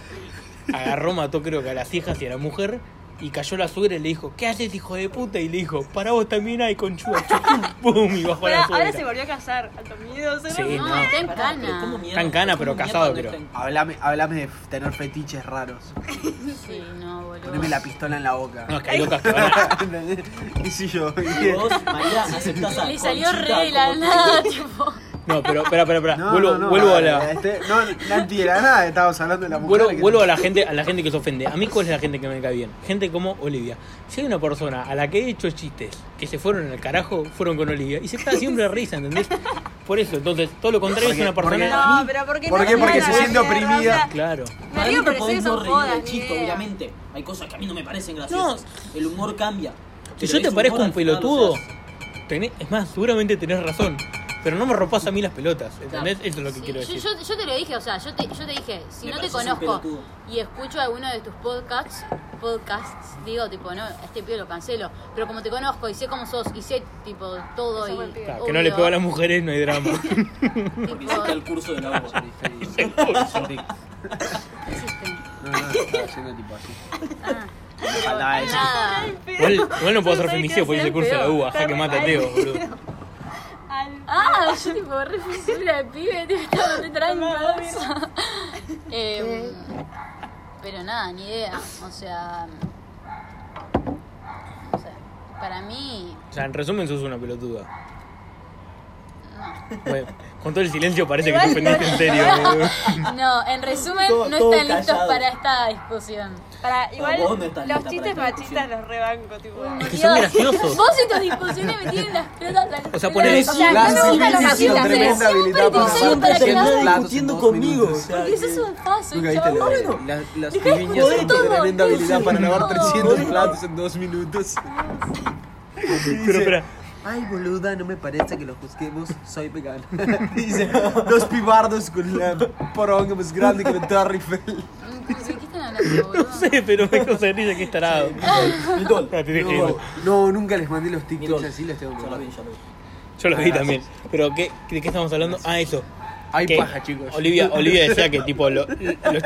S6: la- agarró, mató creo que a las hijas y a la mujer. Y cayó la suegra y le dijo, ¿qué haces, hijo de puta? Y le dijo, para vos también hay conchuda. ¡Pum! Y bajó a
S5: Ahora,
S6: la
S5: ahora se
S6: suegra.
S5: volvió a casar. Alto miedo, se
S6: Sí,
S5: re-
S3: No, está en
S2: Pará, pero ¿cómo
S3: cana.
S2: mierda-
S6: en cana,
S2: cómo
S6: pero
S2: mierda
S6: casado,
S2: no
S6: creo.
S2: está en-
S4: Hablame, hablame de f- tener fetiches raros.
S3: Sí, no, boludo.
S4: Poneme la pistola en la boca.
S6: No, es que hay locas que van a-
S4: ¿Entendés? ¿Qué sé yo?
S2: Vos, María, aceptás a
S3: Le salió
S2: Conchita
S3: re de la
S2: como-
S3: nada, tipo.
S6: No, pero espera, espera, espera. vuelvo vuelvo a la.
S4: este- no, Nanti, de la nada estábamos hablando de la mujer.
S6: Vuelvo,
S4: que-
S6: vuelvo a la gente, a la gente que se ofende. A mí cuál es la gente que me cae bien. Gente como Olivia. Si hay una persona a la que he hecho chistes que se fueron al carajo, fueron con Olivia. Y se está siempre de risa, ¿entendés? Por eso, entonces, todo lo contrario
S4: Porque-
S6: es una persona.
S5: No, pero porque
S4: ¿Por
S5: no
S4: qué?
S5: se
S4: Porque
S5: van a
S4: se siente
S5: la mierda,
S4: oprimida.
S5: o sea,
S6: Claro.
S5: Me
S2: Ahí
S5: río,
S2: no
S5: pero sé que
S2: podés no
S5: son
S2: reír del
S5: jodas, ni
S2: chiste,
S5: idea.
S2: obviamente. Hay cosas que a mí no me parecen graciosas. El humor cambia.
S6: Si
S2: Pero
S6: yo te
S2: ese
S6: parezco
S2: humor
S6: un
S2: al final,
S6: pelotudo,
S2: o sea,
S6: tenés- es más, seguramente tenés razón. Pero no me rompas a mí las pelotas, ¿entendés? Eso es lo que
S3: Sí,
S6: quiero
S3: yo,
S6: decir.
S3: yo- yo te lo dije, o sea, yo te, yo te dije, si
S2: Me
S3: no te
S2: pareces un
S3: conozco
S2: pelotudo.
S3: y escucho alguno de tus podcasts, podcasts, digo, tipo, no, a este pibe lo cancelo, pero como te conozco y sé cómo sos y sé, tipo, todo
S5: Es
S3: y...
S5: un buen pibe.
S6: Claro, Ah, que no le
S3: obvio,
S6: pego a las mujeres, no hay drama.
S2: porque hiciste el curso de la voz.
S3: existe.
S4: No, no, estaba haciendo tipo así. Me faltaba eso.
S3: Ah, Nada.
S6: igual, igual no puedo hacer
S5: Ay, qué
S6: femicidio por ese
S5: hacen
S6: curso de la
S5: peor.
S6: UBA, ja que mata a Teo, boludo.
S5: Al-
S3: Ah, yo tipo re fisura de pibe, te estaba te traen bolsa. Em, Pero nada, ni idea. O sea. No sé. Para mí.
S6: O sea, en resumen, sos una pelotuda. Bueno, con todo el silencio parece que te ofendiste en serio. boludo.
S3: No, en resumen,
S2: Todo-
S3: no
S2: todo
S3: están listos
S2: callado.
S3: para esta discusión.
S5: Para, igual,
S2: vos no estás lista
S5: los
S2: para
S5: chistes
S2: esta
S5: machistas
S2: discusión.
S5: los rebanco, tipo.
S6: Que son graciosos.
S3: Vos y tus discusiones me tienen las pelotas al
S6: O sea, ponele-
S5: O sea,
S4: Lanza,
S5: no me gustan los
S4: Lanza,
S5: machistas, eh.
S4: tremenda habilidad
S3: te
S4: para-
S3: dicen Siempre para te que andas
S4: Platos en
S2: discutiendo
S4: dos
S2: conmigo,
S4: minutos.
S2: o sea,
S3: Porque sos un paso,
S4: Nunca viste la,
S3: chabón.
S4: la- las
S3: Dejá de
S4: pibiñas
S3: joder
S4: son
S3: todo,
S4: tremenda
S3: ¿qué
S4: habilidad
S3: es
S4: para
S3: eso?
S4: lavar 300
S2: Boludo.
S4: platos en dos minutos.
S6: Pero espera,
S4: Ay, boluda, no me parece que lo juzguemos, soy vegano. Dice, dos pibardos con la poronga más grande que la Torre Eiffel.
S3: ¿De qué están hablando, boludo?
S6: no sé, pero me cosa risa que estará. tarado.
S2: Idol,
S6: Ah, te dije,
S4: No, no, nunca les mandé los
S2: idol.
S4: TikToks así, los tengo que
S2: Ya lo
S4: mandar.
S2: vi, ya lo vi.
S6: Yo los vi
S4: Gracias.
S6: también. Pero ¿qué, ¿de qué estamos hablando? Ah, eso.
S7: Hay
S6: Que
S7: paja, chicos.
S6: Olivia, Olivia decía que tipo lo- los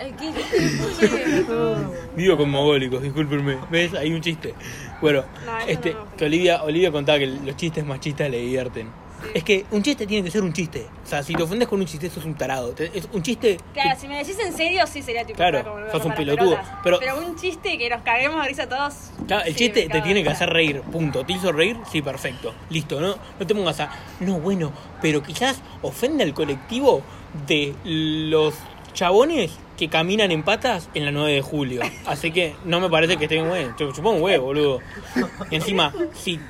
S5: Ay, ¿Qué? Oye,
S6: Vivo con mogólicos, discúlpenme. ¿Ves? Hay un chiste. Bueno,
S5: No, eso
S6: este,
S5: no me gusta.
S6: que Olivia, Olivia contaba que los chistes machistas le divierten. Es que un chiste tiene que ser un chiste. O sea, si te ofendes con un chiste, sos un tarado. Te- Es un chiste.
S5: Claro, si me decís en serio, sí sería tipo.
S6: Claro,
S5: ah, como
S6: sos un
S5: para
S6: pelotudo,
S5: pelotas.
S6: pero-
S5: Pero... un chiste que nos caguemos de risa todos.
S6: Claro, el
S5: sí,
S6: chiste
S5: me
S6: te
S5: cago
S6: tiene
S5: de
S6: que
S5: risa.
S6: hacer reír, punto. ¿Te hizo reír? Sí, perfecto. Listo, ¿no? No te pongas a. No, bueno, pero quizás ofende al colectivo de los chabones que caminan en patas en la 9 de julio. Así que no me parece que esté bien. Yo supongo un huevo, boludo. Y encima, si,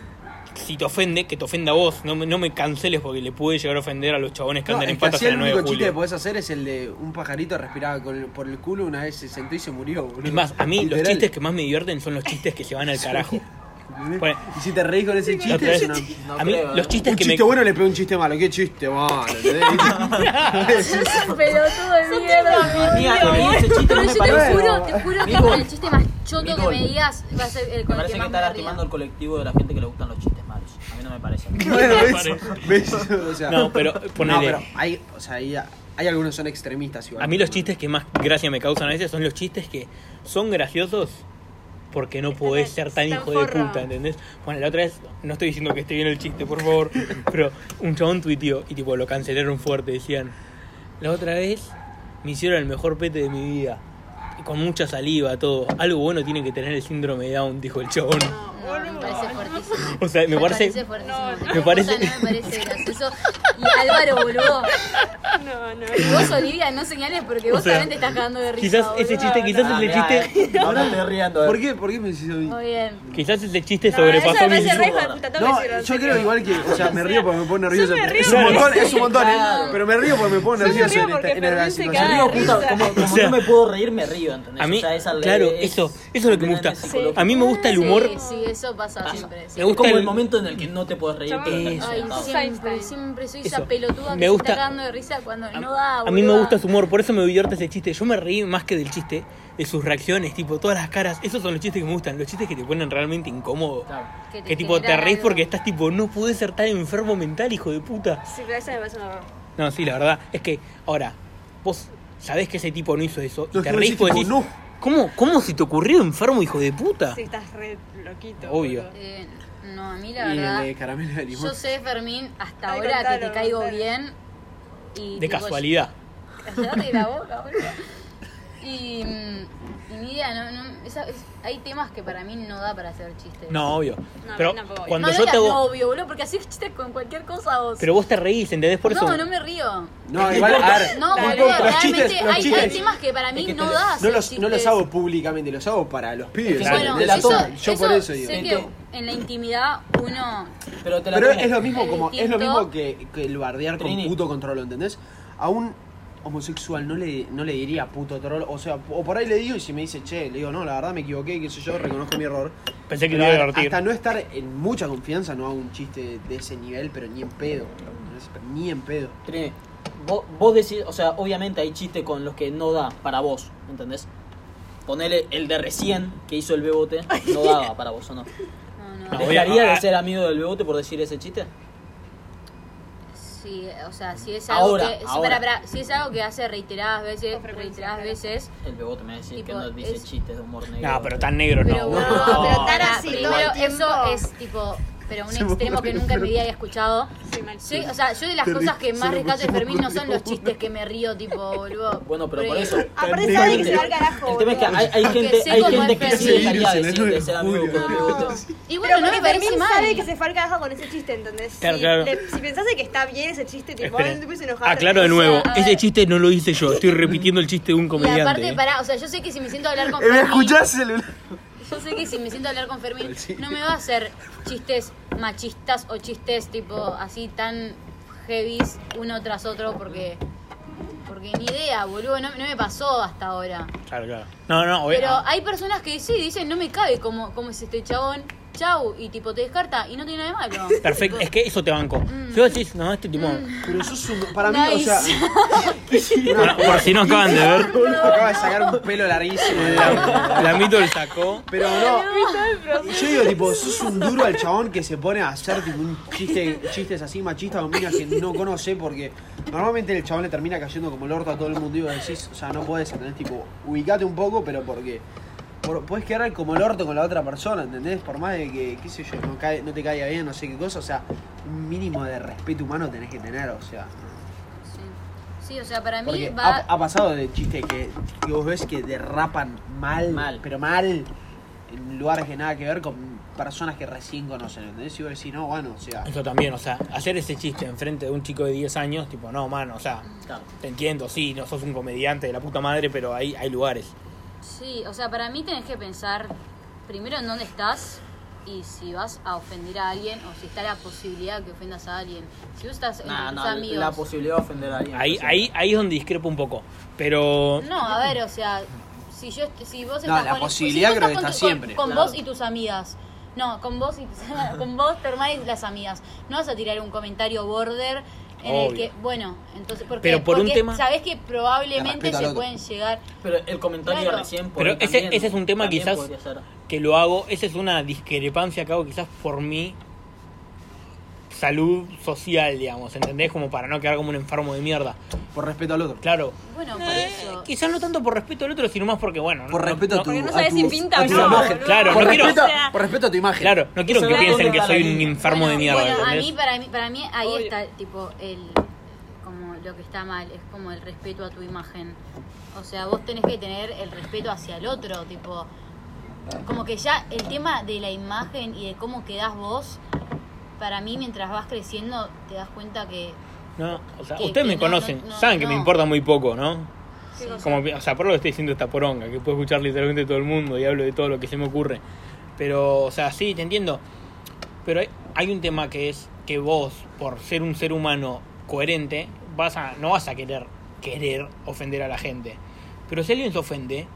S6: si te ofende, que te ofenda a vos. No, me- no me canceles porque le puede llegar a ofender a los chabones que
S7: No,
S6: andan
S7: es
S6: en
S7: que
S6: patas
S7: así
S6: en
S7: el
S6: la 9
S7: único
S6: de
S7: chiste que
S6: julio.
S7: podés hacer es el de un pajarito respiraba con el- por el culo, una vez se sentó y se murió, boludo.
S6: Es más, a mí los
S7: Literal.
S6: chistes que más me divierten son los chistes que se van al carajo. Bueno.
S7: Y si te reís con ese
S6: La otra
S7: chiste, es
S6: vez-
S7: una-
S4: no
S6: a mí
S4: creo,
S6: los
S4: ¿eh?
S6: chistes
S7: un
S6: que
S7: chiste
S6: me...
S7: bueno le pegó un chiste malo. ¿Qué chiste malo? ¿entendés?
S3: pelotudo de mierda.
S2: Amiga, a mí ese chiste no
S3: Pero
S2: me
S3: yo te
S2: parece.
S3: juro, te juro que
S2: Nicole.
S3: con el chiste más choto que
S2: Nicole.
S3: me digas va a ser el
S2: Me
S3: con
S2: parece
S3: el que
S2: que
S3: más
S2: está
S3: me ría.
S2: lastimando el colectivo de la gente que le gustan los chistes malos. A mí no me parece.
S7: bueno, ¿ves? ¿Ves? O sea,
S6: No, pero
S7: no,
S6: ponele...
S7: pero hay, o sea, hay, hay algunos que son extremistas igual.
S6: A mí los chistes que más gracia me causan a veces son los chistes que son graciosos porque no podés ser tan
S5: Están
S6: hijo de
S5: forra.
S6: puta, ¿entendés? Bueno, la otra vez, no estoy diciendo que esté bien el chiste, por favor, pero un chabón tuiteó y tipo lo cancelaron fuerte, decían, la otra vez me hicieron el mejor pete de mi vida, y con mucha saliva, todo, algo bueno tiene que tener el síndrome de Down, dijo el chabón.
S3: No, me parece fuertísimo.
S5: Ah.
S6: O sea, me parece...
S3: fuertísimo.
S5: No, no.
S3: Esa
S6: Me parece-
S3: cosa No me parece gracioso. Y Álvaro, boludo.
S5: No, no.
S3: Vos, Olivia, no señales porque vos
S6: sea,
S3: también te estás cagando de risa.
S6: Quizás ese
S3: boludo.
S6: chiste, quizás
S2: Ah,
S6: ese
S2: mirá,
S6: chiste,
S2: eh. No, no estoy riendo. eh.
S7: ¿Por qué? ¿Por qué me decís a mí?
S3: Muy bien.
S6: quizás ese chiste
S5: No, eso
S6: sobrepasó
S5: me
S6: mi...
S5: parece re hijo de puta, tengo
S7: No,
S5: que decirlo, en
S7: yo
S5: serio.
S7: creo igual que, o sea, me río porque me pone nervioso.
S5: me río
S7: es un
S6: porque-
S7: montón, es un montón, ¿eh?
S2: Claro.
S7: pero me río porque me pone
S5: Yo me
S7: nervioso
S5: río
S7: en, esta,
S5: porque
S7: en la
S5: Fermín se
S7: situación.
S2: Me río
S5: caga.
S2: puta,
S5: risa.
S2: como, como
S6: Ah, O sea,
S2: no me puedo reír, me río, ¿entendés?
S6: A mí,
S2: O sea, esa le-
S6: claro,
S2: es-
S6: eso, eso es lo que me gusta.
S2: completamente psicológico.
S6: A mí me gusta el humor.
S3: Sí, sí, eso pasa siempre. sí.
S6: Me gusta
S2: Es como
S6: el-
S2: el momento en el que no te puedes reír. pero
S6: Eso.
S2: estás
S3: Ay,
S2: sentado.
S3: siempre,
S5: Einstein.
S3: siempre soy
S6: Eso.
S3: esa pelotuda
S6: Me
S3: que
S6: gusta-
S3: se está cagando de risa cuando
S6: A,
S3: no da,
S6: a mí me
S3: boluda.
S6: gusta su humor, por eso me divierte ese chiste. Yo me reí más que del chiste, de sus reacciones, tipo, todas las caras. Esos son los chistes que me gustan, los chistes que te ponen realmente incómodo.
S2: Claro.
S3: Que te
S6: Que tipo, te
S3: generan
S6: reís
S3: algo.
S6: porque estás tipo, no pude ser tan enfermo mental, hijo de puta.
S5: Sí, pero esa me parece un horror.
S6: No, sí, la verdad, es que, ahora, vos sabés que ese tipo no hizo eso, y
S7: No,
S6: te
S7: es que
S6: reís
S7: vos
S6: porque
S7: decís,
S6: decís,
S7: tipo,
S6: ¿cómo, ¿cómo se te ocurrió enfermo, hijo de puta?
S5: Sí, estás re loquito.
S6: Ah. Obvio.
S5: boludo.
S3: Eh, no, a mí la
S7: Y el
S3: verdad.
S7: de caramelo de limón.
S3: Yo sé, Fermín, hasta
S5: Ay,
S3: ahora que
S5: contalo,
S3: te caigo
S5: contalo.
S3: bien. Y
S6: De
S3: digo,
S6: casualidad.
S3: Cállate la boca, boludo. Y, mm, y ni idea, no, no, esa- es- hay temas que para mí no da para hacer chistes.
S6: No, obvio.
S5: No,
S6: Pero
S5: tampoco, obvio.
S6: cuando
S3: no
S6: yo te
S3: digas
S6: hago...
S3: novio, boludo, porque así chistes con cualquier cosa vos.
S6: Pero vos te reís, ¿entendés? Por eso...
S3: no, no me río.
S7: No, igual, a ver,
S3: No,
S5: Dale,
S3: boludo,
S5: los
S3: realmente
S7: chistes, los
S3: hay,
S7: chistes.
S3: hay temas que para mí
S2: que
S3: no
S2: te-
S3: da.
S7: no
S3: hacer
S7: los, no los
S3: chistes.
S7: hago públicamente, los hago para los pibes.
S2: Claro,
S7: ¿entendés?
S3: Bueno,
S2: te
S7: La
S3: eso,
S7: toman, yo por eso digo.
S3: Sé que en la intimidad uno.
S2: Pero te la
S7: Pero
S2: tomo.
S7: es lo mismo como es lo
S3: distinto.
S7: mismo que, que el bardear con
S2: Trini.
S7: puto con trolo, ¿entendés? A un homosexual no le, no le diría puto trolo, o sea, o por ahí le digo y si me dice, che, le digo, no, la verdad me equivoqué, qué sé yo, reconozco mi error.
S6: Pensé que
S7: Pero
S6: te iba a
S7: ver,
S6: divertir.
S7: Hasta no estar en mucha confianza no hago un chiste de ese nivel, pero ni en pedo. ¿entendés? Pero Ni en pedo.
S2: Trini, vos, vos decís, o sea, obviamente hay chistes con los que no da para vos, ¿entendés? Ponele el de recién que hizo el bebote, no daba para vos, ¿o no?
S3: No, no.
S6: No.
S2: ¿Dejaría
S6: obvio, ah,
S2: de ser amigo del bebote por decir ese chiste?
S3: Sí, o sea, si es algo
S2: Ahora,
S3: que. si-
S2: ahora.
S3: pará, pará, si es algo que hace reiteradas veces,
S5: Con frecuencia,
S3: reiteradas
S5: claro.
S3: veces.
S2: El bebote me decís que
S3: Tipo,
S2: no dice
S3: es-
S2: chistes de humor negro.
S6: No, pero tan negro no.
S3: Pero, bueno,
S5: No,
S3: pero
S5: no,
S3: tan
S5: no,
S3: así,
S5: pero
S3: pero
S5: igual
S3: eso
S5: tiempo.
S3: es tipo, pero un
S7: Se me
S3: extremo que
S7: ocurrió,
S3: nunca en mi
S7: pero-
S3: vida había escuchado.
S5: Sí, mal.
S3: Yo- o sea, yo de las
S7: Te
S3: cosas
S7: ri-
S3: que más
S7: se me
S3: rescato de
S7: ocurrió,
S3: Fermín no son los
S7: boludo.
S3: chistes que me río, tipo, boludo.
S2: Bueno, pero por
S3: Porque-
S2: eso.
S5: Aparte
S7: Tan
S5: sabe que
S7: negro.
S5: se va al carajo.
S2: El tema es que hay, hay
S3: Porque
S2: gente,
S3: sé
S2: hay
S3: cómo
S2: gente
S3: es
S2: que sí
S3: Fermín.
S2: dejaría de
S7: Ese virus en el
S2: decir de ser
S7: nueve de
S2: amigo con el
S7: julio.
S2: bebote.
S3: Y
S5: Pero
S3: bueno, no me parece
S5: Fermín
S3: mal.
S5: sabe que se fue al carajo con ese chiste, ¿entendés?
S6: Claro,
S5: si,
S6: claro.
S5: le- si pensase que está bien ese chiste, tipo,
S6: Esperen.
S5: él se enojaba.
S6: Aclaro Ah, de
S3: O sea,
S6: nuevo,
S3: a
S6: ese
S3: ver.
S6: chiste no lo hice yo, estoy repitiendo el chiste de un
S3: Y
S6: comediante.
S3: aparte,
S6: ¿eh?
S3: pará, o sea, yo sé que si me siento a hablar con
S7: Eh, ¿Me
S3: Fermín.
S7: escuchás celular?
S3: Yo sé que si me siento a hablar con Fermín, no me va a hacer chistes machistas o chistes tipo así tan heavies uno tras otro porque. Porque ni idea, boludo, no, no me pasó hasta ahora.
S6: Claro, claro. No, no, obvio. Ah,
S3: Pero hay personas que sí dicen, no me cabe cómo, cómo es este chabón. chau, y tipo te descarta y no tiene nada de malo.
S6: Perfecto,
S3: Tipo,
S6: es que eso te banco.
S3: Mm.
S6: Si vos decís, no, este tipo.
S4: Pero sos un. Para mí, o
S3: Nice.
S4: sea.
S6: Por, por si no acaban de ver,
S4: Boludo, Acaba de sacar un pelo larguísimo de la-
S6: la mito le sacó.
S4: Pero no. Yo digo, tipo, sos un duro al chabón que se pone a hacer tipo, un chiste, chistes así machistas con minas que no conoce porque normalmente el chabón le termina cayendo como el orto a todo el mundo y vos decís, o sea, no podés, ¿entendés? Tipo, ubicate un poco, pero porque por, podés quedar como el orto con la otra persona, ¿entendés? Por más de que, qué sé yo, no, cae- no te caiga bien, no sé qué cosa, o sea, un mínimo de respeto humano tenés que tener, o sea.
S3: Sí. Sí, o sea, para mí
S4: Porque
S3: va.
S4: ha, ha pasado de chiste que, que vos ves que derrapan mal,
S2: Mal.
S4: pero mal, en lugares que nada que ver con personas que recién conocen, ¿entendés? Y vos decís, no, bueno, o sea,
S6: Eso también, o sea, hacer ese chiste enfrente de un chico de 10 años, tipo, no, mano, o sea,
S2: Claro.
S6: te entiendo, sí, no sos un comediante de la puta madre, pero hay, hay lugares.
S3: Sí, o sea, para mí tenés que pensar primero en dónde estás y si vas a ofender a alguien o si está la posibilidad que ofendas a alguien. Si vos estás en
S2: Nah,
S3: tus
S2: no,
S3: amigos.
S2: la posibilidad de ofender a alguien.
S6: Ahí,
S2: Entonces,
S6: ahí, ahí es donde discrepo un poco. Pero
S3: pues No, a ver, o sea, si yo est- si vos
S4: No,
S3: estás
S4: la
S3: con- pues,
S4: posibilidad
S3: si vos
S4: creo que
S3: estás
S4: está
S3: con tu-
S4: siempre,
S3: con, con
S2: claro.
S3: vos y tus amigas. No, con vos y tus- con vos, tu hermana y las amigas. No vas a tirar un comentario border en el
S6: Obvio.
S3: que, bueno, entonces porque
S6: Pero por un
S3: porque
S6: tema-
S3: sabés que
S4: Te
S3: probablemente
S4: respeto al
S3: se
S4: otro.
S3: pueden llegar
S2: Pero el comentario
S3: Claro.
S2: recién por
S6: Pero
S2: ahí
S6: ese-
S2: también-
S6: ese es un tema
S2: también
S6: quizás-
S2: podría ser.
S6: que lo hago, esa es una discrepancia que hago quizás por mi salud social, digamos, ¿entendés? Como para no quedar como un enfermo de mierda.
S4: por respeto al otro.
S6: Claro.
S3: bueno, por
S6: Eh,
S3: eso.
S6: quizás no tanto por respeto al otro, sino más porque, bueno...
S4: Por
S6: no-
S4: respeto
S6: no-
S4: a tu.
S5: porque no
S4: a
S5: sabes
S4: tu-
S5: si pinta
S4: a
S5: o
S4: tu
S5: no,
S4: imagen.
S6: claro,
S4: por,
S6: no quiero-
S4: respeto,
S5: o sea-
S4: por respeto a tu imagen.
S6: Claro, no quiero
S2: Eso
S6: que
S2: es
S6: piensen que
S2: algo
S6: soy
S2: de la
S6: un
S2: línea.
S6: enfermo de
S3: Bueno,
S6: mierda,
S3: bueno, a
S6: ¿entendés?
S3: mí, para mí, para mí ahí
S5: Obvio.
S3: está tipo el como lo que está mal, es como el respeto a tu imagen. O sea, vos tenés que tener el respeto hacia el otro, tipo como que ya el tema de la imagen y de cómo quedás vos para mí mientras vas creciendo te das cuenta que
S6: No, o sea,
S3: Que-
S6: ustedes
S3: que
S6: me
S3: no,
S6: conocen,
S3: no, no,
S6: saben que me
S3: no.
S6: importa muy poco, ¿no?
S3: Sí.
S6: Como, que- o sea, por lo que estoy diciendo esta poronga, que puedo escuchar literalmente todo el mundo y hablo de todo lo que se me ocurre. Pero, o sea, sí, te entiendo. Pero hay, hay un tema que es que vos, por ser un ser humano coherente, vas a, no vas a querer, querer ofender a la gente. Pero si alguien se ofende,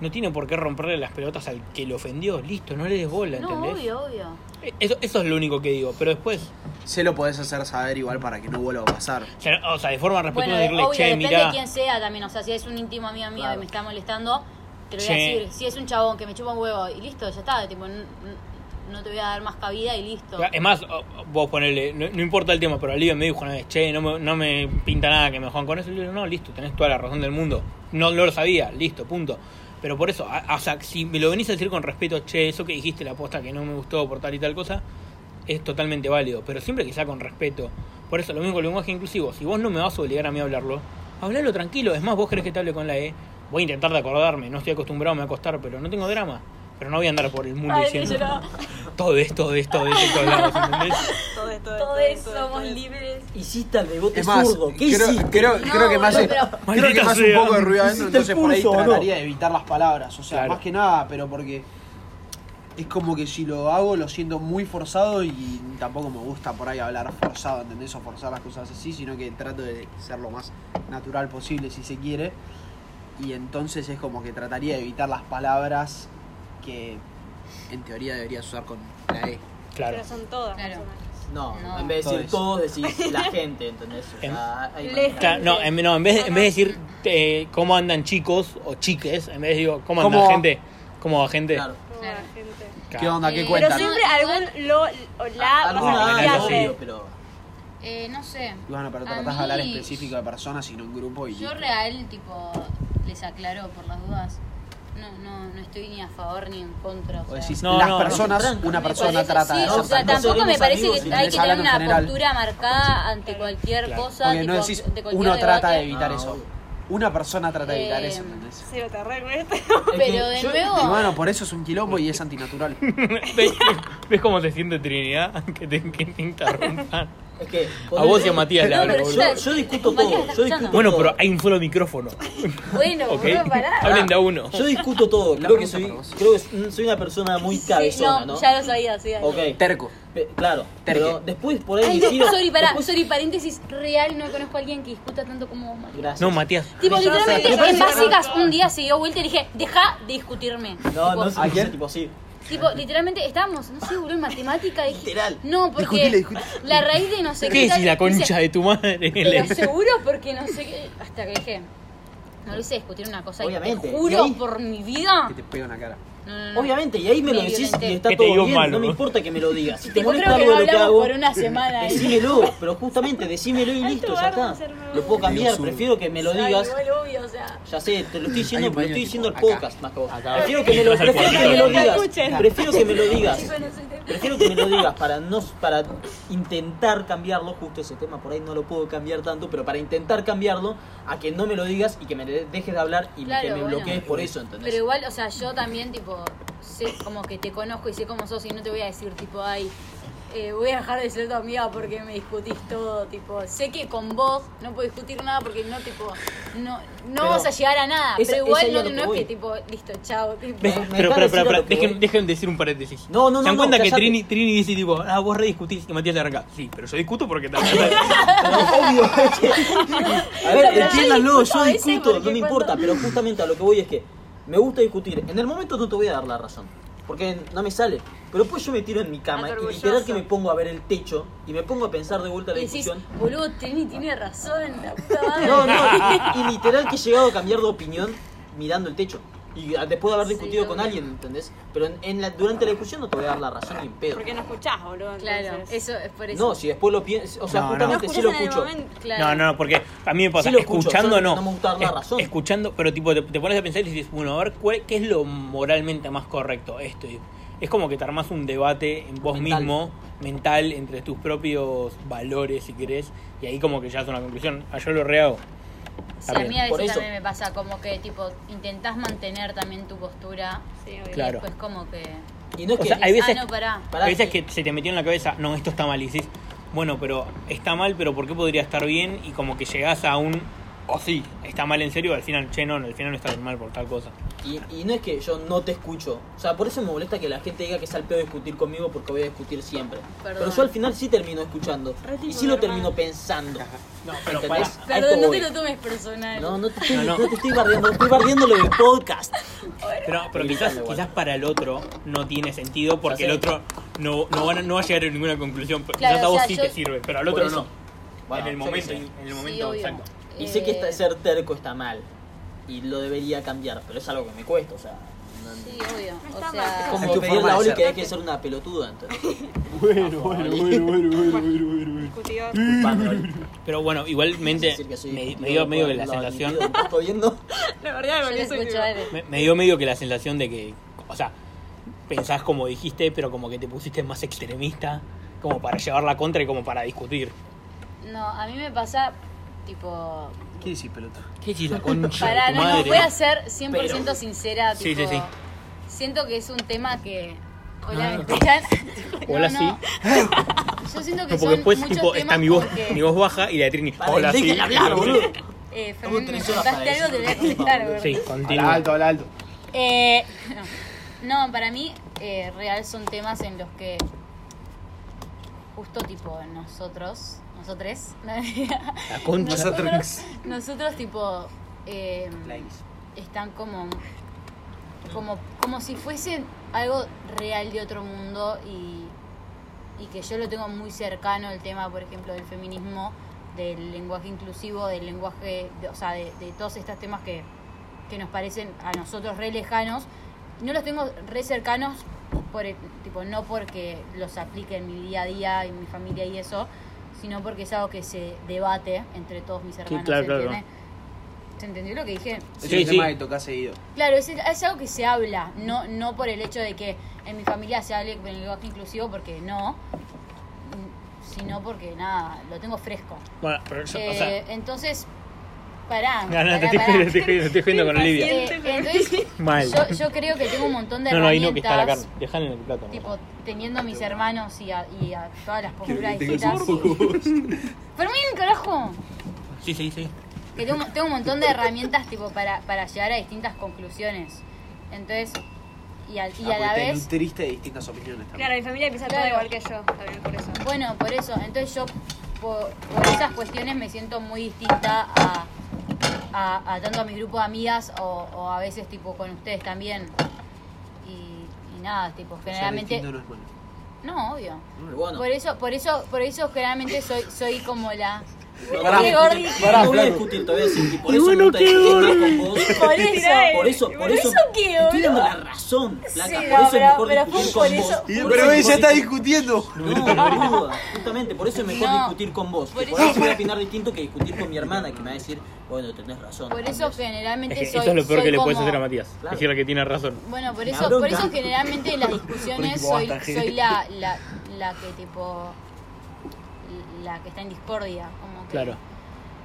S6: no tiene por qué romperle las pelotas al que lo ofendió. Listo, no le des bola,
S3: no,
S6: ¿entendés? E,
S3: obvio, obvio.
S6: Eso, eso es lo único que digo. Pero después,
S4: Se lo podés hacer saber igual para que no vuelva a pasar.
S6: o sea, o sea, de forma
S3: Bueno,
S6: respetuosa decirle,
S3: obvio,
S6: che,
S3: depende
S6: mirá,
S3: de quién sea también, o sea, si es un íntimo amigo mío
S2: Claro.
S3: y me está molestando, te lo voy
S6: Che.
S3: a decir, si es un chabón que me chupa un huevo y listo, ya está, tipo n- n- no te voy a dar más cabida y listo.
S6: Claro, Es más, o- o vos ponele, no, no importa el tema, pero Alivio me dijo una vez, che, no me, no me pinta nada que me juegan con eso. Y yo le digo, no, listo, tenés toda la razón del mundo. No, no lo sabía, listo, punto. Pero por eso, a- o sea, si me lo venís a decir con respeto, che, eso que dijiste, la posta que no me gustó por tal y tal cosa, es totalmente válido, pero siempre que sea con respeto. Por eso, lo mismo con el lenguaje inclusivo, si vos no me vas a obligar a mí a hablarlo, hablalo tranquilo. Es más, vos querés que te hable con la E, voy a intentar de acordarme, no estoy acostumbrado, me va a costar, pero no tengo drama. Pero no voy a andar por el mundo
S5: Ay,
S6: diciendo
S5: yo no.
S6: todo esto, todo esto, todo esto, hablamos", ¿entendés?
S5: Todo esto,
S3: Todos somos
S5: libres.
S2: Hiciste el rebote
S4: Es más,
S2: zurdo. ¿Qué
S4: creo,
S2: hiciste?
S4: creo, creo que me hace,
S3: boludo,
S4: creo que me hace
S6: Maldita
S4: un poco de
S6: sea.
S4: ruido
S2: ¿Hiciste
S4: adentro,
S2: el
S4: entonces por ahí
S2: pulso o no?
S4: trataría de evitar las palabras. O sea,
S6: Claro.
S4: más que nada, pero porque es como que si lo hago lo siento muy forzado y tampoco me gusta por ahí hablar forzado, ¿entendés? O forzar las cosas así, sino que trato de ser lo más natural posible si se quiere. Y entonces es como que trataría de evitar las palabras que en teoría deberías usar con la E.
S6: Claro.
S5: Pero son todas.
S3: Claro.
S5: personas.
S2: No,
S3: No.
S2: en vez de decir
S4: Todo
S2: todos, decís la gente, ¿entendés? O sea, hay
S5: Les-
S2: maneras.
S6: Claro, no, en, no, en vez, en vez de decir eh, cómo andan chicos o chiques, en vez de digo cómo anda
S4: ¿Cómo?
S6: gente, cómo va gente.
S2: Claro.
S5: Toda
S3: Claro.
S5: la gente. Ah,
S4: ¿Qué onda? ¿Qué
S3: Eh,
S5: Pero
S4: cuentan?
S5: siempre algún lo o la
S2: Ah,
S5: vas a
S2: Alguna
S6: Claro.
S2: hay,
S5: cambiarle.
S2: obvio, pero.
S3: Eh, no sé.
S4: Y bueno, pero
S3: A
S4: tratás de hablar
S3: mí-
S4: específico de personas y no en grupo y...
S3: Yo real, tipo, les aclaro por las dudas. No, no, no estoy ni a favor ni en contra. O
S4: O
S3: sea,
S4: decís,
S6: No,
S4: las
S6: no,
S4: personas,
S2: no.
S4: una
S3: Me
S4: persona
S3: parece-
S4: trata
S3: sí, o
S4: de esas
S3: sea,
S4: personas.
S2: No
S3: tampoco
S2: somos
S3: me parece
S2: amigos,
S3: que hay
S4: si
S3: que
S4: querés hablar
S3: tener
S4: en
S3: una
S4: general.
S3: postura marcada ante cualquier
S6: Claro.
S3: cosa.
S4: Porque no
S3: tipo,
S4: decís,
S3: de cualquier
S4: uno trata de
S3: debate.
S4: evitar
S2: Ah,
S4: eso.
S2: obvio.
S4: Una persona trata de evitar
S3: Eh,
S4: eso, ¿entendés?
S5: Cero te arreglo
S2: Es que
S3: Pero de
S2: yo-
S4: Y
S3: nuevo,
S4: bueno, por eso es un quilombo y es antinatural.
S6: ¿Ves, ¿Ves cómo se siente Trinidad? Que te, que te interrumpan.
S2: Es que.
S6: A vos y a Matías le
S3: No,
S6: hablo,
S3: pero
S2: Yo,
S6: boludo.
S2: yo discuto
S3: Matías
S2: todo.
S3: está
S2: Yo discuto
S3: escuchando.
S6: Bueno,
S2: todo.
S6: pero hay un solo micrófono,
S3: bueno,
S6: ¿ok?
S3: boludo, pará.
S6: Hablen de a uno.
S2: Yo discuto todo.
S4: La
S2: Creo que,
S4: pregunta
S2: soy,
S4: para vos.
S2: creo que soy una persona muy
S3: Sí,
S2: cabezona, ¿no?
S3: no, ya lo sabía, sí. dale.
S2: Ok.
S4: Terco.
S2: Pe- claro.
S4: Terque.
S2: Pero después por ahí
S3: Ay,
S2: difiero.
S3: no, sorry, pará,
S2: después-
S3: sorry, paréntesis real, no conozco a alguien que discuta tanto como vos, Matías.
S2: Gracias.
S6: No, Matías.
S3: Tipo,
S2: Me llama-
S3: literalmente,
S2: me parece
S3: en
S2: que no-
S3: básicas, un día se dio vuelta y le dije, deja de discutirme.
S2: No,
S3: Tipo,
S2: no sé,
S4: ¿A quién?
S2: tipo, sí.
S3: Tipo, literalmente estábamos, no sé, boludo, en matemática. dije-
S2: Literal.
S3: No, porque
S7: Discutile, discutile.
S3: la raíz de no sé qué.
S6: ¿Qué
S3: tal-
S6: decís la
S3: dice,
S6: concha de tu madre?
S3: Te lo aseguro porque no sé qué. Hasta que dije. No lo hice discutir una cosa.
S2: Obviamente,
S3: Y
S2: ¿y
S3: te juro
S2: ahí?
S3: por mi vida.
S7: Que te pega una cara.
S3: No, no, no.
S2: Obviamente, y ahí me lo
S3: Me
S2: decís
S3: violenté.
S2: y está
S6: Que te
S2: todo
S6: digo
S2: bien,
S6: malo.
S2: no me importa que me lo digas. Si te
S3: Tipo,
S2: molesta
S3: creo que
S2: algo
S3: no
S2: de lo que
S3: hablamos
S2: hago,
S3: por una semana. ¿eh?
S2: decímelo, pero justamente decímelo y listo, ya está. Lo puedo cambiar, prefiero que me lo
S3: Ay,
S2: digas.
S3: igual, obvio, o sea.
S2: Ya sé, te lo estoy
S7: Hay
S2: diciendo,
S7: un
S2: pero estoy
S7: baño tipo
S2: diciendo el
S7: acá.
S2: podcast, más que vos.
S6: Acá.
S2: Prefiero que me lo,
S6: Vas al
S2: prefiero que me
S6: cuartito.
S2: lo digas.
S5: Escuchen.
S2: Prefiero que me lo digas.
S3: Chicos, no sé.
S2: Prefiero que me lo digas para no para intentar cambiarlo, justo ese tema por ahí no lo puedo cambiar tanto, pero para intentar cambiarlo a que no me lo digas y que me de- dejes de hablar y
S3: Claro,
S2: que me
S3: bueno.
S2: bloquees por eso, ¿entendés?
S3: Pero igual, o sea, yo también, tipo, sé como que te conozco y sé cómo sos y no te voy a decir, tipo, ay, eh, voy a dejar de ser tu amiga porque me discutís todo, tipo, sé que con vos no puedo discutir nada porque no, tipo, no, no
S2: Pero
S3: vamos a llegar a
S2: esa-
S3: nada, pero
S2: esa
S3: igual
S2: es a
S3: no,
S2: lo que
S3: no
S2: voy.
S3: es que, tipo, listo, chao, tipo.
S2: Ve-
S6: Pero,
S2: me
S6: pero,
S2: deja
S6: pero,
S2: decir a
S6: pero,
S2: lo que
S6: dejen,
S2: voy.
S6: dejen decir un paréntesis.
S2: No, no, no,
S6: ¿Se dan
S2: no,
S6: cuenta que
S2: cállate.
S6: Trini, Trini dice tipo, ah, vos rediscutís y Matías le arranca? Sí, pero yo discuto porque tal.
S2: Pero obvio, che. A ver,
S3: Pero yo
S2: entiéndanlo,
S3: discuto
S2: yo
S3: a veces
S2: discuto, no
S3: porque
S2: me importa,
S3: cuando-
S2: pero justamente a lo que voy es que me gusta discutir. En el momento no te voy a dar la razón, porque no me sale. Pero después yo me tiro en mi
S3: Ah,
S2: cama
S5: Ando
S2: y literal
S5: orgulloso.
S2: que me pongo a ver el techo y me pongo a pensar de vuelta la
S3: Y decís,
S2: discusión.
S3: boludo, Trini tiene razón, la puta madre.
S2: No, no, y literal que he llegado a cambiar de opinión mirando el techo. Y a- después de haber
S3: Sí,
S2: discutido con
S3: obvio.
S2: alguien, ¿entendés? Pero en, en la- durante la discusión no te voy a dar la razón ni en pedo.
S5: Porque no escuchás, boludo.
S3: Claro,
S5: entonces.
S3: eso es por eso.
S2: No, si después lo pienso, o sea,
S6: No, no.
S2: justamente
S5: No
S2: sí lo
S5: escuchás en el
S2: escucho.
S5: momento.
S3: claro.
S6: No, no, porque a mí me pasa,
S2: Sí lo escucho,
S6: escuchando
S2: solo
S6: no.
S2: no me gusta dar la
S6: Es-
S2: razón.
S6: Escuchando, pero tipo, te, te pones a pensar y dices, bueno, a ver, cuál- ¿qué es lo moralmente más correcto esto? Y es como que te armas un debate en vos
S2: Mental.
S6: mismo, mental, entre tus propios valores, si querés, y ahí como que ya es una conclusión. Ah, yo lo rehago.
S3: Sí, a mí a
S2: Por
S3: veces
S2: eso.
S3: también me pasa como que, tipo, intentás mantener también tu postura
S5: Sí, obvio.
S6: Claro.
S3: y después como que...
S2: Y no es
S6: O
S2: que
S6: sea, hay veces-
S3: Ah, no, pará.
S2: Pará, eh.
S6: a veces
S2: y-
S6: que se te metió en la cabeza, no, esto está mal, y decís, bueno, pero está mal, pero ¿por qué podría estar bien? Y como que llegás a un, oh sí, está mal en serio, al final, che, no, no, al final no está tan mal por tal cosa.
S2: Y, y no es que yo no te escucho. O sea, por eso me molesta que la gente diga que es al pedo discutir conmigo porque voy a discutir siempre.
S3: Perdón.
S2: Pero yo al final sí termino escuchando.
S5: Re tipo
S2: Y sí lo
S5: de hermano.
S2: termino pensando.
S6: No, pero
S2: ¿Entendés?
S6: pará.
S2: A esto
S3: Perdón, no
S2: voy.
S3: te lo tomes personal.
S2: No, no te estoy,
S6: No,
S2: no,
S6: no.
S2: te estoy barriendo, estoy barriendo lo del podcast.
S6: Pero, pero
S2: Estoy
S6: quizás,
S2: gritando igual.
S6: quizás para el otro no tiene sentido porque
S2: Ya
S6: el
S2: sé.
S6: otro no, no, van a- no va a llegar a ninguna conclusión. Pero
S3: Claro,
S6: quizás a
S3: o
S6: vos
S3: sea,
S6: sí
S3: yo-
S6: te sirve, pero al
S2: Por
S6: otro
S2: eso.
S6: no.
S2: Bueno,
S6: en el
S2: yo qué
S6: momento,
S2: sé.
S6: en
S3: Sí,
S6: el momento
S3: obvio.
S6: exacto.
S2: Y sé que
S3: Eh,
S2: esta- ser terco está mal. Y lo debería cambiar, pero es algo que me cuesta, o sea. no-
S3: Sí, obvio.
S5: No
S3: O
S5: está
S3: sea,
S5: mal.
S2: Como
S7: Es tu
S2: pedirle a
S7: forma de
S2: Oli
S7: ser.
S2: que deje de ser una pelotuda, entonces.
S7: Bueno, bueno, bueno, bueno, bueno, bueno, bueno.
S5: Discutidor.
S2: Disculpame, Oli.
S6: Pero bueno, igualmente
S2: Decir que soy
S6: me, me
S2: pelotudo
S6: dio medio que
S2: por
S6: la
S2: lo
S6: sensación.
S2: admitido, ¿me ¿Estás viendo?
S5: La verdad,
S3: yo
S5: me
S3: te
S5: parece
S3: escucho,
S5: que-
S3: dale.
S6: Me, me dio medio que la sensación de que, o sea, pensás como dijiste, pero como que te pusiste más extremista, como para llevar la contra y como para discutir.
S3: No, a mí me pasa, tipo...
S7: ¿Qué decís, pelota?
S6: ¿Qué si la concha
S3: Pará,
S6: de tu
S3: no, no,
S6: madre?
S3: voy a ser 100%
S6: Pero-
S3: sincera,
S6: Sí,
S3: tipo...
S6: sí, sí.
S3: Siento que es un tema que... Hola, ¿me
S6: Ah.
S3: escuchan?
S6: Hola,
S3: No, no. Yo siento que son
S6: No, porque después,
S3: muchos
S6: tipo,
S3: temas
S6: está mi voz,
S3: porque,
S6: mi voz baja y la de Trini.
S2: Para,
S6: Hola, sí.
S2: dejen hablar, boludo.
S3: Eh,
S2: Tengo
S3: Fermín, me
S2: tres horas
S3: contaste
S2: para
S3: algo, te voy a
S2: decir.
S3: contar, boludo.
S6: Sí,
S7: Al
S6: continúa.
S7: alto, al alto.
S3: Eh, no, para mí, eh, real son temas en los que justo tipo nosotros, nosotres,
S6: La concha.
S3: nosotros, nosotros tipo, eh, están como, como, como si fuese algo real de otro mundo y, y que yo lo tengo muy cercano el tema, por ejemplo, del feminismo, del lenguaje inclusivo, del lenguaje, de- o sea, de, de todos estos temas que, que nos parecen a nosotros re lejanos, no los tengo re cercanos, por, el- tipo, no porque los aplique en mi día a día, en mi familia y eso, sino porque es algo que se debate entre todos mis hermanos.
S6: claro,
S3: ¿se
S6: claro.
S3: entiende? ¿Se entendió lo que dije?
S7: Es
S6: Sí,
S7: un
S6: sí.
S7: tema que tocás seguido.
S3: Claro, es, es algo que se habla, no, no por el hecho de que en mi familia se hable con el lenguaje inclusivo, porque no, sino porque nada, lo tengo fresco.
S6: Bueno, pero yo, o
S3: Eh,
S6: sea,
S3: entonces, pará.
S6: no, no,
S3: pará,
S6: te estoy
S3: pará.
S6: jodiendo, te estoy jodiendo, te estoy jodiendo con Olivia.
S3: Eh, entonces,
S6: Mal.
S3: yo, yo creo que tengo un montón de
S6: No, no, ahí
S3: herramientas,
S6: no, que está la carne. Dejala en el plato.
S3: tipo, teniendo a mis hermanos y a, y a todas las posturas
S7: Tengo
S3: distintas.
S7: sus ojos.
S3: Fermín, carajo.
S6: Sí, sí, sí.
S3: que tengo, tengo un montón de herramientas tipo para, para llegar a distintas conclusiones. Entonces, y a, y a
S7: Ah,
S3: la
S7: porque te
S3: vez,
S7: nutriste de distintas opiniones también.
S5: Claro, mi familia empieza toda
S3: Claro.
S5: igual que yo, también por eso.
S3: bueno, por eso, entonces yo por, por esas cuestiones me siento muy distinta a, a- a tanto a mi grupo de amigas o, o a veces tipo con ustedes también. Y, y discriminadas, tipo,
S7: O sea,
S3: generalmente...
S7: distinto no es malo.
S3: No, obvio.
S2: Pero bueno.
S3: Por eso, por eso, por eso generalmente soy, soy como la...
S2: No,
S3: Pará,
S2: no voy a discutir,
S7: pará,
S2: no voy a
S7: flaco.
S2: discutir, te voy a decir, y por eso me gusta discutir con vos.
S3: Por eso.
S2: Por eso,
S5: ¿Y
S2: por
S5: por
S2: eso.
S3: eso qué,
S2: te estoy dando la
S3: boludo?
S2: razón, placa.
S3: Sí,
S2: por
S3: no,
S2: eso
S3: pero-
S2: es mejor
S3: pero
S2: discutir
S3: fue por
S2: con
S3: eso-
S2: vos.
S3: Y-
S2: Por
S7: Pero
S2: eso
S7: ella
S2: es mejor
S7: está
S2: discutir-
S7: discutiendo.
S2: No, boluda, justamente por eso es mejor
S3: No,
S2: discutir con vos.
S3: por
S2: que Por
S3: eso-
S2: eso voy a opinar distinto que discutir con mi hermana que me va a decir, bueno, tenés razón.
S3: Por eso
S2: Andrés.
S3: generalmente
S6: Es que
S3: soy...
S6: eso es lo peor
S3: soy
S6: que le puedes
S3: como-
S6: hacer a Matías.
S2: Claro.
S6: Decirle que tiene razón.
S3: Bueno, por
S2: Me
S3: eso,
S2: da
S3: por
S2: bronca.
S3: eso generalmente en las discusiones soy, soy la, la, la que tipo la que está en discordia, como que
S6: Claro.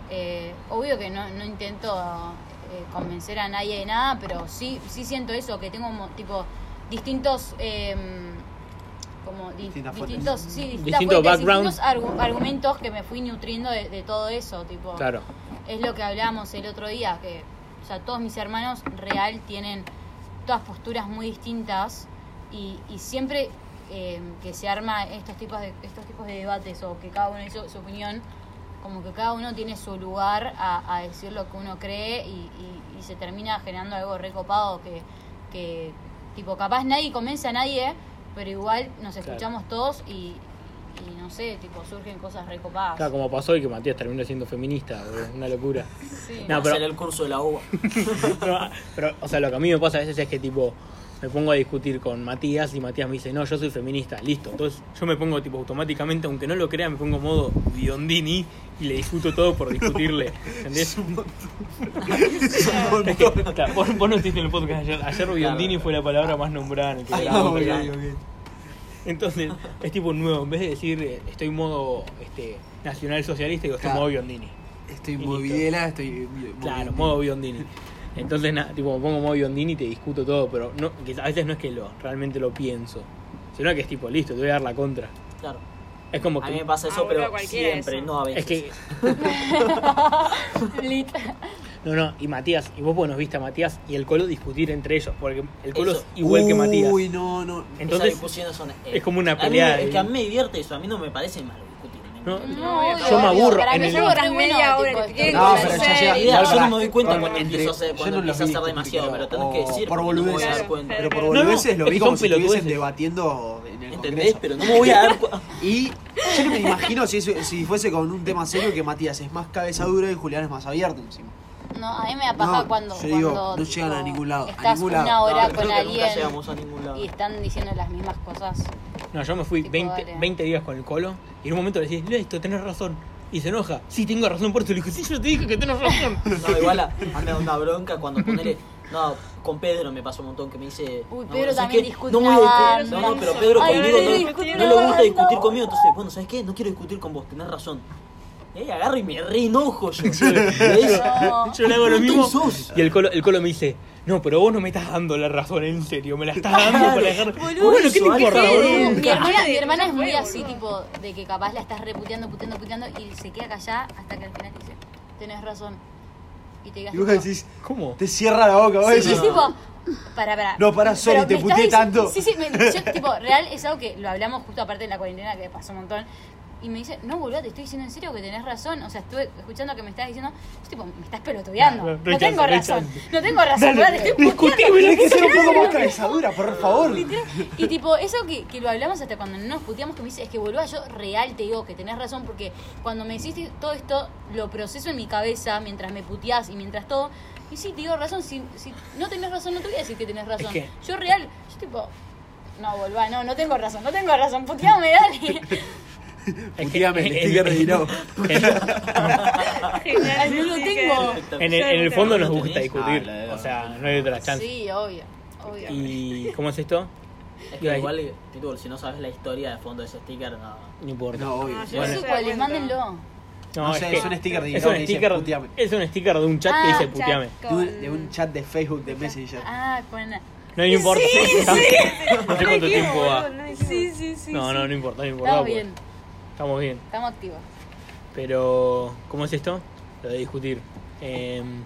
S3: eh, obvio que no, no intento eh, convencer a nadie de nada, pero sí, sí siento eso, que tengo mo- tipo distintos em, como di-
S7: Distintas fuentes.
S3: distintos, sí, distintas
S6: Distinto
S3: fuentes,
S6: background.
S3: distintos argu- argumentos que me fui nutriendo de, de todo eso, tipo
S6: Claro.
S3: es lo que hablábamos el otro día, que o sea, todos mis hermanos real tienen todas posturas muy distintas y, y siempre eh, que se arma estos tipos de estos tipos de debates o que cada uno hizo su opinión, como que cada uno tiene su lugar a, a decir lo que uno cree y, y- y se termina generando algo recopado que, que tipo capaz nadie convence a nadie, pero igual nos escuchamos todos y, y no sé, tipo surgen cosas recopadas.
S6: Claro, como pasó y que Matías terminó siendo feminista, boludo, una locura.
S3: Sí.
S2: Va
S6: No,
S2: a
S6: pero-
S2: ser el curso de la uva.
S6: No, pero, o sea, lo que a mí me pasa a veces es que, tipo, me pongo a discutir con Matías y Matías me dice, no, yo soy feminista, listo. Entonces, yo me pongo, tipo, automáticamente, aunque no lo crea, me pongo modo biondini y le discuto todo por discutirle. ¿Entendés? Es que, claro, vos, vos no estuviste en el podcast ayer. Ayer biondini fue la palabra más nombrada en el que
S7: Ah,
S6: grabamos,
S7: ok,
S6: pero-
S7: ok.
S6: Entonces, es tipo nuevo. En vez de decir, eh, estoy modo este, nacional socialista, digo, estoy
S7: Claro.
S6: modo biondini.
S7: Estoy
S6: Y listo.
S7: movidela, estoy.
S6: Claro,
S7: movidela.
S6: modo biondini. Entonces, nada, tipo, me pongo modo biondini y te discuto todo, pero no, que a veces no es que lo realmente lo pienso, sino que es tipo, listo, te voy a dar la contra.
S2: Claro.
S6: Es como
S2: A mí me
S6: que.
S2: pasa
S5: Ah,
S2: eso,
S5: boludo,
S2: pero
S5: cualquiera
S2: siempre,
S5: eso.
S2: no a veces.
S6: Es que.
S3: Lit.
S6: No, no, y Matías, y vos vos nos viste a Matías y el Colo discutir entre ellos, porque el Colo
S2: Eso.
S6: es igual que Matías.
S7: Uy, no, no.
S6: Entonces,
S2: Esas discusiones son, eh,
S6: es como una
S2: a mí
S6: pelea
S2: me-
S6: de-
S2: es que a mí me divierte eso, a mí no me parece malo discutir. me
S6: No,
S2: encanta.
S5: obvio,
S6: yo me
S5: obvio.
S6: aburro.
S3: Para
S6: en
S3: mí
S6: el-
S3: yo aburro en
S5: Media
S3: media
S5: hora
S3: hora.
S5: que te quieren
S7: No, pero ya
S5: convencer.
S7: llega-
S2: La idea,
S7: Igual
S2: yo no
S7: para-
S2: me doy cuenta
S7: con-
S2: cuando
S7: entre-
S2: empiezo a hacer,
S7: yo
S2: cuando
S7: no los
S2: empiezo a
S7: vi
S2: hacer demasiado, pero
S7: discutir,
S2: tenés que
S7: o
S2: decir,
S7: por
S2: porque no me voy a
S7: boludeces.
S2: dar cuenta.
S7: Pero por
S5: No,
S6: no,
S7: boludeces lo
S6: es
S7: vi
S6: que
S7: como
S6: son
S7: si estuviesen
S6: pelotudeces.
S7: debatiendo en el
S2: ¿Entendés?
S7: Congreso.
S2: Pero no me voy a dar cuenta.
S7: Y yo no me imagino si, eso- si fuese con un tema serio que Matías es más cabeza dura y Julián es más abierto encima.
S3: No, a mí me da paja
S7: No,
S3: cuando.
S7: yo digo,
S3: cuando,
S7: no llegan a
S3: tipo,
S7: ningún lado, a
S3: Estás
S7: ningún lado.
S3: una hora
S2: No, creo
S3: con
S2: que Nunca
S3: alguien
S2: llegamos a ningún lado.
S3: y están diciendo las mismas cosas.
S6: No, yo me fui
S3: Tipo,
S6: 20,
S3: dale.
S6: 20 días con el Colo y en un momento le decís, listo, tenés razón. Y se enoja, sí, tengo razón por eso. Le digo, sí, yo te dije que tenés razón.
S2: No, igual a, a mí me da una bronca cuando ponele. No, con Pedro me pasó un montón que me dice.
S3: Uy,
S2: no,
S3: Pedro
S2: ¿sabes
S3: también
S2: qué?
S3: discute
S2: No, voy
S3: una
S2: a discutir-
S3: banda.
S2: no, no, pero Pedro
S3: Ay,
S2: conmigo
S3: Pedro
S2: no,
S3: discute
S2: no
S3: una
S2: le gusta
S3: banda.
S2: discutir conmigo. Entonces, bueno, ¿sabes qué? No quiero discutir con vos, tenés razón. Y ahí agarro y me re enojo yo. Le digo,
S3: No.
S6: Yo le hago lo
S2: ¿Qué
S6: mismo.
S2: sos?
S6: Y el colo, el colo me dice, no, pero vos no me estás dando la razón, en serio, me la estás dando para dejar.
S2: Boludo,
S6: bueno, ¿qué te
S2: eso, ahí
S6: importa,
S2: está,
S6: boludo?
S3: Mi hermana, mi
S5: Ay,
S3: hermana es
S5: ya
S3: muy
S5: fue,
S3: así,
S5: boludo.
S3: tipo, de que capaz la estás reputeando, puteando, puteando y se queda callada hasta que al final dice, tenés razón. Y te digas.
S7: Y vos decís,
S6: ¿Cómo?
S7: te cierra la boca, vos
S3: Sí,
S7: decís,
S3: sí, tipo, para, para.
S7: No, pará, sorry, te puteé tanto.
S3: Sí, sí, me- yo, tipo, real, es algo que lo hablamos justo aparte de la cuarentena que pasó un montón. Y me dice, no, boludo, te estoy diciendo en serio que tenés razón. O sea, estuve escuchando que me estás diciendo, yo, tipo, me estás pelotudeando.
S6: No,
S3: No,
S6: no, rechazo,
S3: tengo razón,
S6: rechazo.
S3: no tengo razón, boludo, te estoy puteando.
S7: tenés que ser un poco más cabeza dura, por favor.
S3: Literal. Y tipo, eso que, que lo hablamos hasta cuando nos puteamos, que me dice, es que boludo, yo real te digo que tenés razón, porque cuando me hiciste todo esto, lo proceso en mi cabeza mientras me puteás y mientras todo. Y sí, te digo razón, si, si no tenés razón, no te voy a decir que tenés razón.
S6: que-
S3: Yo real, yo tipo, no, boludo, no, no tengo razón, no tengo razón, puteame, dale.
S7: Puteame,
S6: en-
S7: el sticker
S6: en-
S7: de Dinamo.
S5: Genial,
S3: No lo
S5: sí,
S3: tengo.
S6: En el, en el fondo nos gusta
S7: Ah,
S6: discutir,
S7: la de-
S6: o sea, no hay otra chance.
S3: Sí, obvio, obvio.
S6: ¿Y cómo es esto?
S2: Es que igual, tipo, si no sabes la historia de fondo de ese sticker, no.
S6: No importa.
S7: No,
S6: No,
S7: obvio.
S5: sí.
S3: No
S6: Bueno.
S3: sé cuál es, mándenlo.
S7: No sé,
S6: que
S7: es un sticker de
S6: es
S7: Dinamo
S6: un
S7: que dice,
S6: sticker,
S7: puteame.
S6: es un sticker de un chat que
S3: Ah,
S6: dice
S3: chat.
S6: puteame.
S7: De un, de un chat de Facebook, de Messenger.
S3: Ah, buena.
S6: No, no importa. no sé cuánto
S5: dijimos,
S6: tiempo va.
S5: boludo, no dijimos.
S3: Sí, sí, sí.
S6: No,
S3: sí.
S6: no, no importa, no importa.
S3: Estamos
S6: porque
S3: bien,
S6: Estamos bien.
S3: estamos activos.
S6: Pero, ¿cómo es esto? Lo de discutir. Em,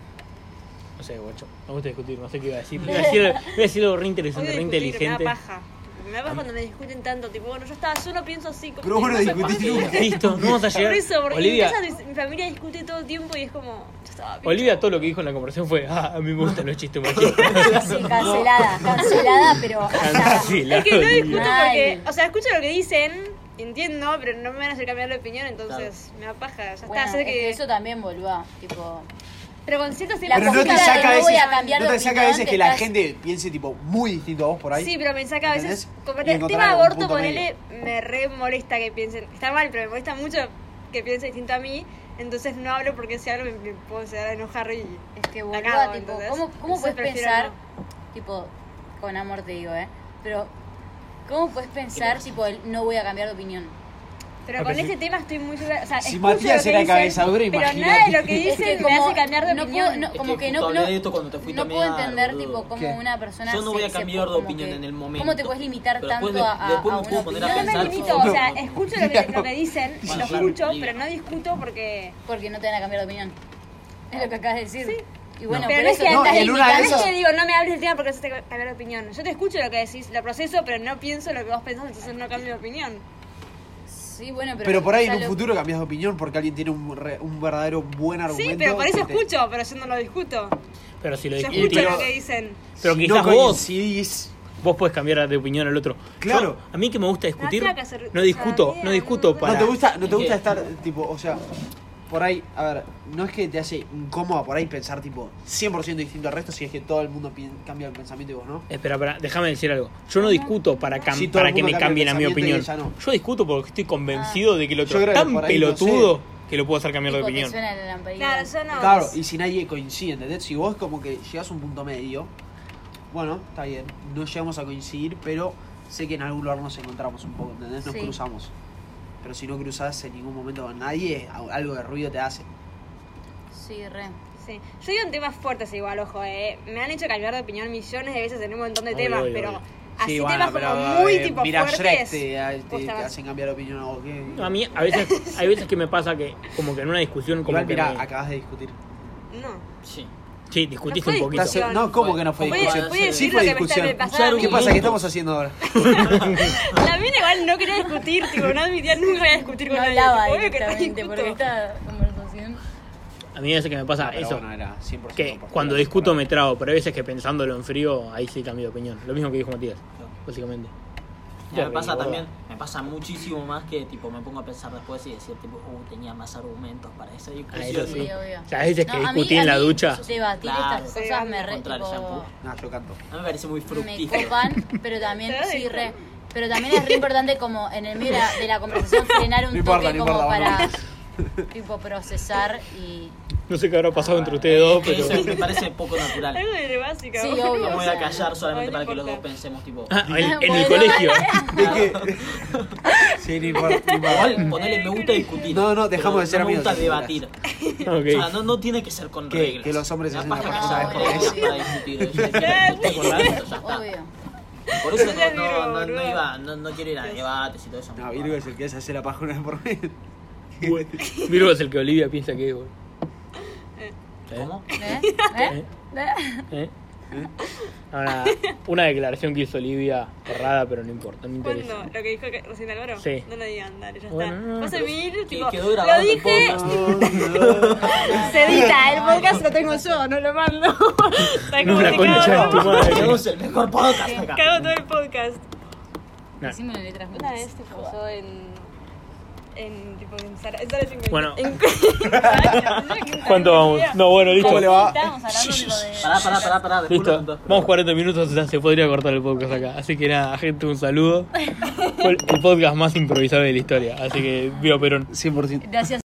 S6: no sé, guacho. Me gusta discutir, no sé qué iba a decir. Iba a decir, iba a decir algo re
S5: Odio
S6: interesante, re
S5: discutir,
S6: inteligente.
S5: Me da paja. Me da paja cuando me discuten tanto. Tipo, bueno, yo estaba, yo no pienso así. Como
S7: Pero vos no
S5: no sé por
S7: discutís
S5: qué.
S7: nunca.
S6: Listo, no vamos a
S5: Por
S6: llegar.
S5: eso, porque en mi,
S6: Olivia,
S5: casa dis- mi familia discute todo el tiempo y es como, ya está, sabe.
S6: Olivia todo lo que dijo en la conversación fue, ah, a mí me gustan los chistes machistas.
S3: Sí, cancelada, cancelada, pero.
S6: Cancelado,
S5: Es que no discuto
S3: Olivia.
S5: porque. O sea, escucho lo que dicen, entiendo, pero no me van a hacer cambiar de opinión, entonces me da paja. Ya
S3: Bueno,
S5: está, sé
S3: es que
S5: que.
S3: eso también, boluda. Tipo.
S5: Pero con ciertas
S3: La
S5: ciertas-
S7: Pero no te
S3: postura de
S7: saca a
S3: no voy
S7: veces,
S3: a cambiar
S7: no
S3: de
S7: te saca a
S3: opinión,
S7: veces
S3: te
S7: que la
S3: estás-
S7: gente piense tipo muy distinto a vos por ahí.
S5: Sí, pero me saca a veces.
S7: ¿Entendés?
S5: como
S7: Y
S5: el tema de
S7: encontrar algún
S5: aborto,
S7: punto
S5: ponele, me re molesta que piensen. Está mal, pero me molesta mucho que piensen distinto a mí. Entonces no hablo porque si hablo me, me puedo llegar a enojar y.
S3: Es que
S5: la
S3: boluda,
S5: cago,
S3: tipo,
S5: ¿entendés?
S3: ¿cómo, cómo
S5: Entonces
S3: puedes
S5: prefiero
S3: pensar,
S5: no.
S3: tipo, con amor te digo, eh? Pero, ¿cómo puedes pensar, tipo, el no voy a cambiar de opinión?
S5: Pero con este tema estoy muy segura. O sea,
S7: Ah, Si
S5: escucho
S7: Matías
S5: lo que
S7: era
S5: dicen,
S7: cabeza dura,
S5: Pero nada de
S7: imagínate.
S5: lo que dicen
S3: que
S5: me hace cambiar de
S3: no puedo-
S5: opinión.
S3: no,
S2: Es
S3: como
S2: que
S3: que no,
S2: justo hablé
S3: no,
S2: de esto cuando te fuiste
S3: no
S2: a
S3: puedo
S2: mear,
S3: entender,
S2: boludo.
S3: tipo, cómo
S4: ¿Qué?
S3: una persona.
S2: Yo no
S3: se-
S2: voy a
S3: se
S2: cambiar de
S3: puede- como
S2: opinión
S3: que-
S2: en el momento.
S3: ¿Cómo te puedes limitar
S2: Pero
S3: tanto
S2: después me-
S3: a, a-
S2: después
S3: a
S2: me
S3: una
S2: puedo poner a
S3: opinión?
S5: No me
S2: pensar,
S5: limito,
S2: tipo,
S5: o sea,
S2: no.
S5: escucho lo que, lo que dicen,
S2: Bueno,
S5: lo
S2: claro,
S5: escucho,
S2: diga.
S5: pero no discuto porque.
S3: Porque no te van a cambiar de opinión. Es lo que acabas de decir. Y bueno,
S5: pero
S3: pero
S5: no es
S3: eso
S5: que
S3: no,
S5: andas
S7: y en una
S5: limitando,
S7: de
S5: no es
S7: esas-
S5: que digo, no me hables del tema porque eso te va a cambiar de opinión. Yo te escucho lo que decís, lo proceso, pero no pienso lo que vos pensás, entonces no cambio de opinión.
S3: Sí, bueno, pero.
S7: Pero, por ahí en
S3: o
S7: un
S3: sea, lo-
S7: futuro cambias de opinión porque alguien tiene un, re- un verdadero buen argumento.
S5: Sí, pero por eso
S7: que te-
S5: escucho, pero yo no lo discuto.
S6: Pero si lo
S5: Yo
S6: discutís,
S5: escucho lo que dicen.
S6: pero
S7: si
S6: quizás
S7: no
S6: vos,
S7: coincidís,
S6: vos puedes cambiar de opinión al otro. Yo-
S7: Claro.
S6: a mí que me gusta discutir,
S5: tengo que hacer-
S6: no discuto,
S5: También,
S6: no discuto
S5: no
S6: para...
S7: No te gusta, no te
S2: Es
S7: gusta
S2: que-
S7: estar tipo, o sea, por ahí, a ver, no es que te hace incómoda por ahí pensar tipo 100% distinto al resto si es que todo el mundo pi- cambia el pensamiento y vos no.
S6: Espera, espera, Eh, déjame decir algo. Yo no discuto para, cam-
S7: Si todo el
S6: para que
S7: mundo
S6: me
S7: cambia
S6: cambien
S7: el
S6: a mi
S7: pensamiento y
S6: opinión.
S7: ya no.
S6: Yo discuto porque estoy convencido de que el
S7: Yo
S6: otro
S7: creo
S6: es
S7: que
S6: tan
S7: por ahí no
S6: pelotudo
S7: sé.
S6: que lo puedo hacer cambiar de
S3: tipo, te
S6: opinión.
S3: suena la lamparita.
S5: Claro, yo no.
S7: Claro, y si nadie coincide, ¿entendés? Si vos como que llegás a un punto medio, bueno, está bien, no llegamos a coincidir, pero sé que en algún lugar nos encontramos un poco, ¿entendés? Nos
S3: Sí.
S7: cruzamos. Pero si no cruzás en ningún momento con nadie, a- algo de ruido te hace.
S3: Sí, re.
S5: Sí. Yo digo en temas fuertes igual, ojo, eh. Me han hecho cambiar de opinión millones de veces en un montón de
S6: Obvio,
S5: temas,
S6: obvio,
S5: pero
S6: obvio.
S5: así
S7: Sí, bueno,
S5: temas como
S7: pero,
S5: muy
S7: eh,
S5: tipo
S7: mirá Shrek
S5: fuertes.
S7: te, a- te- te
S5: cuesta más.
S7: hacen cambiar de opinión o algo, ¿qué?
S6: No, a mí a veces, hay veces que me pasa que como que en una discusión como
S7: Igual,
S6: que
S7: mirá,
S6: me-
S7: acabas de discutir.
S5: No.
S2: Sí.
S6: Sí, discutiste
S5: No
S6: un
S5: fue
S6: poquito.
S5: discusión.
S7: No, ¿cómo que no fue
S2: Fue-
S7: discusión?
S2: fue
S7: sí
S2: decir
S5: lo
S7: fue
S5: que me está-
S7: discusión.
S5: me pasaba
S2: a mí.
S7: ¿Qué pasa? ¿Qué estamos haciendo ahora?
S6: Ah,
S5: La mina igual no quería discutir, tipo, no admitía nunca voy a discutir con
S3: No
S5: nadie.
S3: hablaba
S5: tipo, obvio que no
S3: directamente
S5: discuto.
S3: porque esta conversación.
S6: A mí a veces que me pasa
S7: Ah, pero
S6: eso.
S7: bueno, era 100%
S6: que
S7: por-
S6: cuando
S7: por-
S6: discuto
S7: por-
S6: me trago, pero hay veces que pensándolo en frío, ahí sí cambio de opinión. Lo mismo que dijo Matías, básicamente.
S2: Ya, me
S6: Terrible,
S2: pasa
S6: boludo.
S2: también, me pasa muchísimo más que tipo me pongo a pensar después y decir tipo, uh, tenía más argumentos para esa
S6: Ah, eso
S2: discusión.
S6: sí.
S3: Sí, obvio.
S6: O sea, a veces que
S3: No, a mí-
S6: discutí
S3: a
S6: en la
S3: mí
S6: ducha.
S3: Debatir
S2: Claro.
S3: estas cosas me re.
S2: Contra el
S3: tipo,
S2: shampoo.
S7: No, yo canto.
S2: A mí me parece muy
S3: me
S2: fructífero.
S3: copan, pero también
S5: Te
S3: sí
S5: doy.
S3: re, pero también es re importante como en el medio de la, de la conversación frenar un
S7: No importa,
S3: toque
S7: no
S3: como
S7: importa,
S3: para
S7: vamos.
S3: tipo procesar y
S6: No sé qué habrá pasado entre ustedes dos,
S2: Ah, Que
S6: pero...
S2: Eso me parece poco natural.
S5: Algo de básica.
S3: Sí,
S5: boludo.
S3: obvio.
S2: No me voy
S3: o
S2: a
S3: sea,
S2: callar solamente
S5: no
S2: para que los dos
S5: importa.
S2: pensemos tipo.
S6: Ah, en, en
S3: Bueno,
S6: el colegio.
S7: Sí, ni por- ni por-
S2: Igual, ponele, me gusta discutir.
S7: No, no, dejamos
S2: pero
S7: de ser
S2: no me
S7: amigos,
S2: gusta
S7: señoras.
S2: debatir. O sea,
S6: Ok.
S2: no, no tiene que ser con
S7: Que-
S2: reglas.
S7: que los hombres
S2: Me da
S7: hacen una
S2: paja
S3: paja
S2: que
S3: por
S2: sean
S3: eso.
S2: reglas para discutir. Yo discuto con argumentos, ya está.
S3: obvio.
S2: Por eso
S5: Yo
S2: no, no, no,
S5: Virgo,
S2: no
S5: boludo.
S2: iba, no, no quiero ir a debates y todo eso.
S7: No, Virgo es el que se hace la paja una vez por mes.
S6: Bueno, Virgo es el que Olivia piensa que es, boludo.
S2: ¿Cómo?
S3: ¿Eh?
S6: ¿Eh?
S3: ¿Eh? ¿Eh?
S6: ¿Eh? Ahora, una declaración que hizo Olivia, errada, pero no importa, no interesa.
S5: ¿Cuándo? ¿Lo que dijo que- recién Álvaro?
S6: Sí.
S5: No lo digan, dale, ya
S6: Bueno, no,
S5: está.
S6: no,
S5: Vas a
S6: pero-
S5: venir,
S2: que-
S5: tipo,
S2: quedó grabado en
S5: lo
S2: el
S5: dije,
S2: podcast.
S5: se edita, el podcast lo tengo yo, no lo mando. Está
S6: No, la concha de tu
S5: complicado.
S6: madre.
S2: Tenemos el mejor podcast acá.
S5: Cago todo el podcast.
S3: Decime las letras
S5: Una vez
S3: juntas.
S5: se puso en. En tipo en Sara. En Sara Cinco.
S6: Bueno.
S5: En-
S6: ¿Cuánto vamos? No, bueno, listo.
S7: ¿Cómo le va?
S3: Estábamos hablando de lo de
S2: Pará, pará, pará, pará. después lo
S6: Listo,
S2: contás, pero-
S6: vamos 40 minutos, o sea, se podría cortar el podcast acá. Así que nada, gente, un saludo. Fue el podcast más improvisado de la historia, así que viva Perón.
S7: 100%.
S3: gracias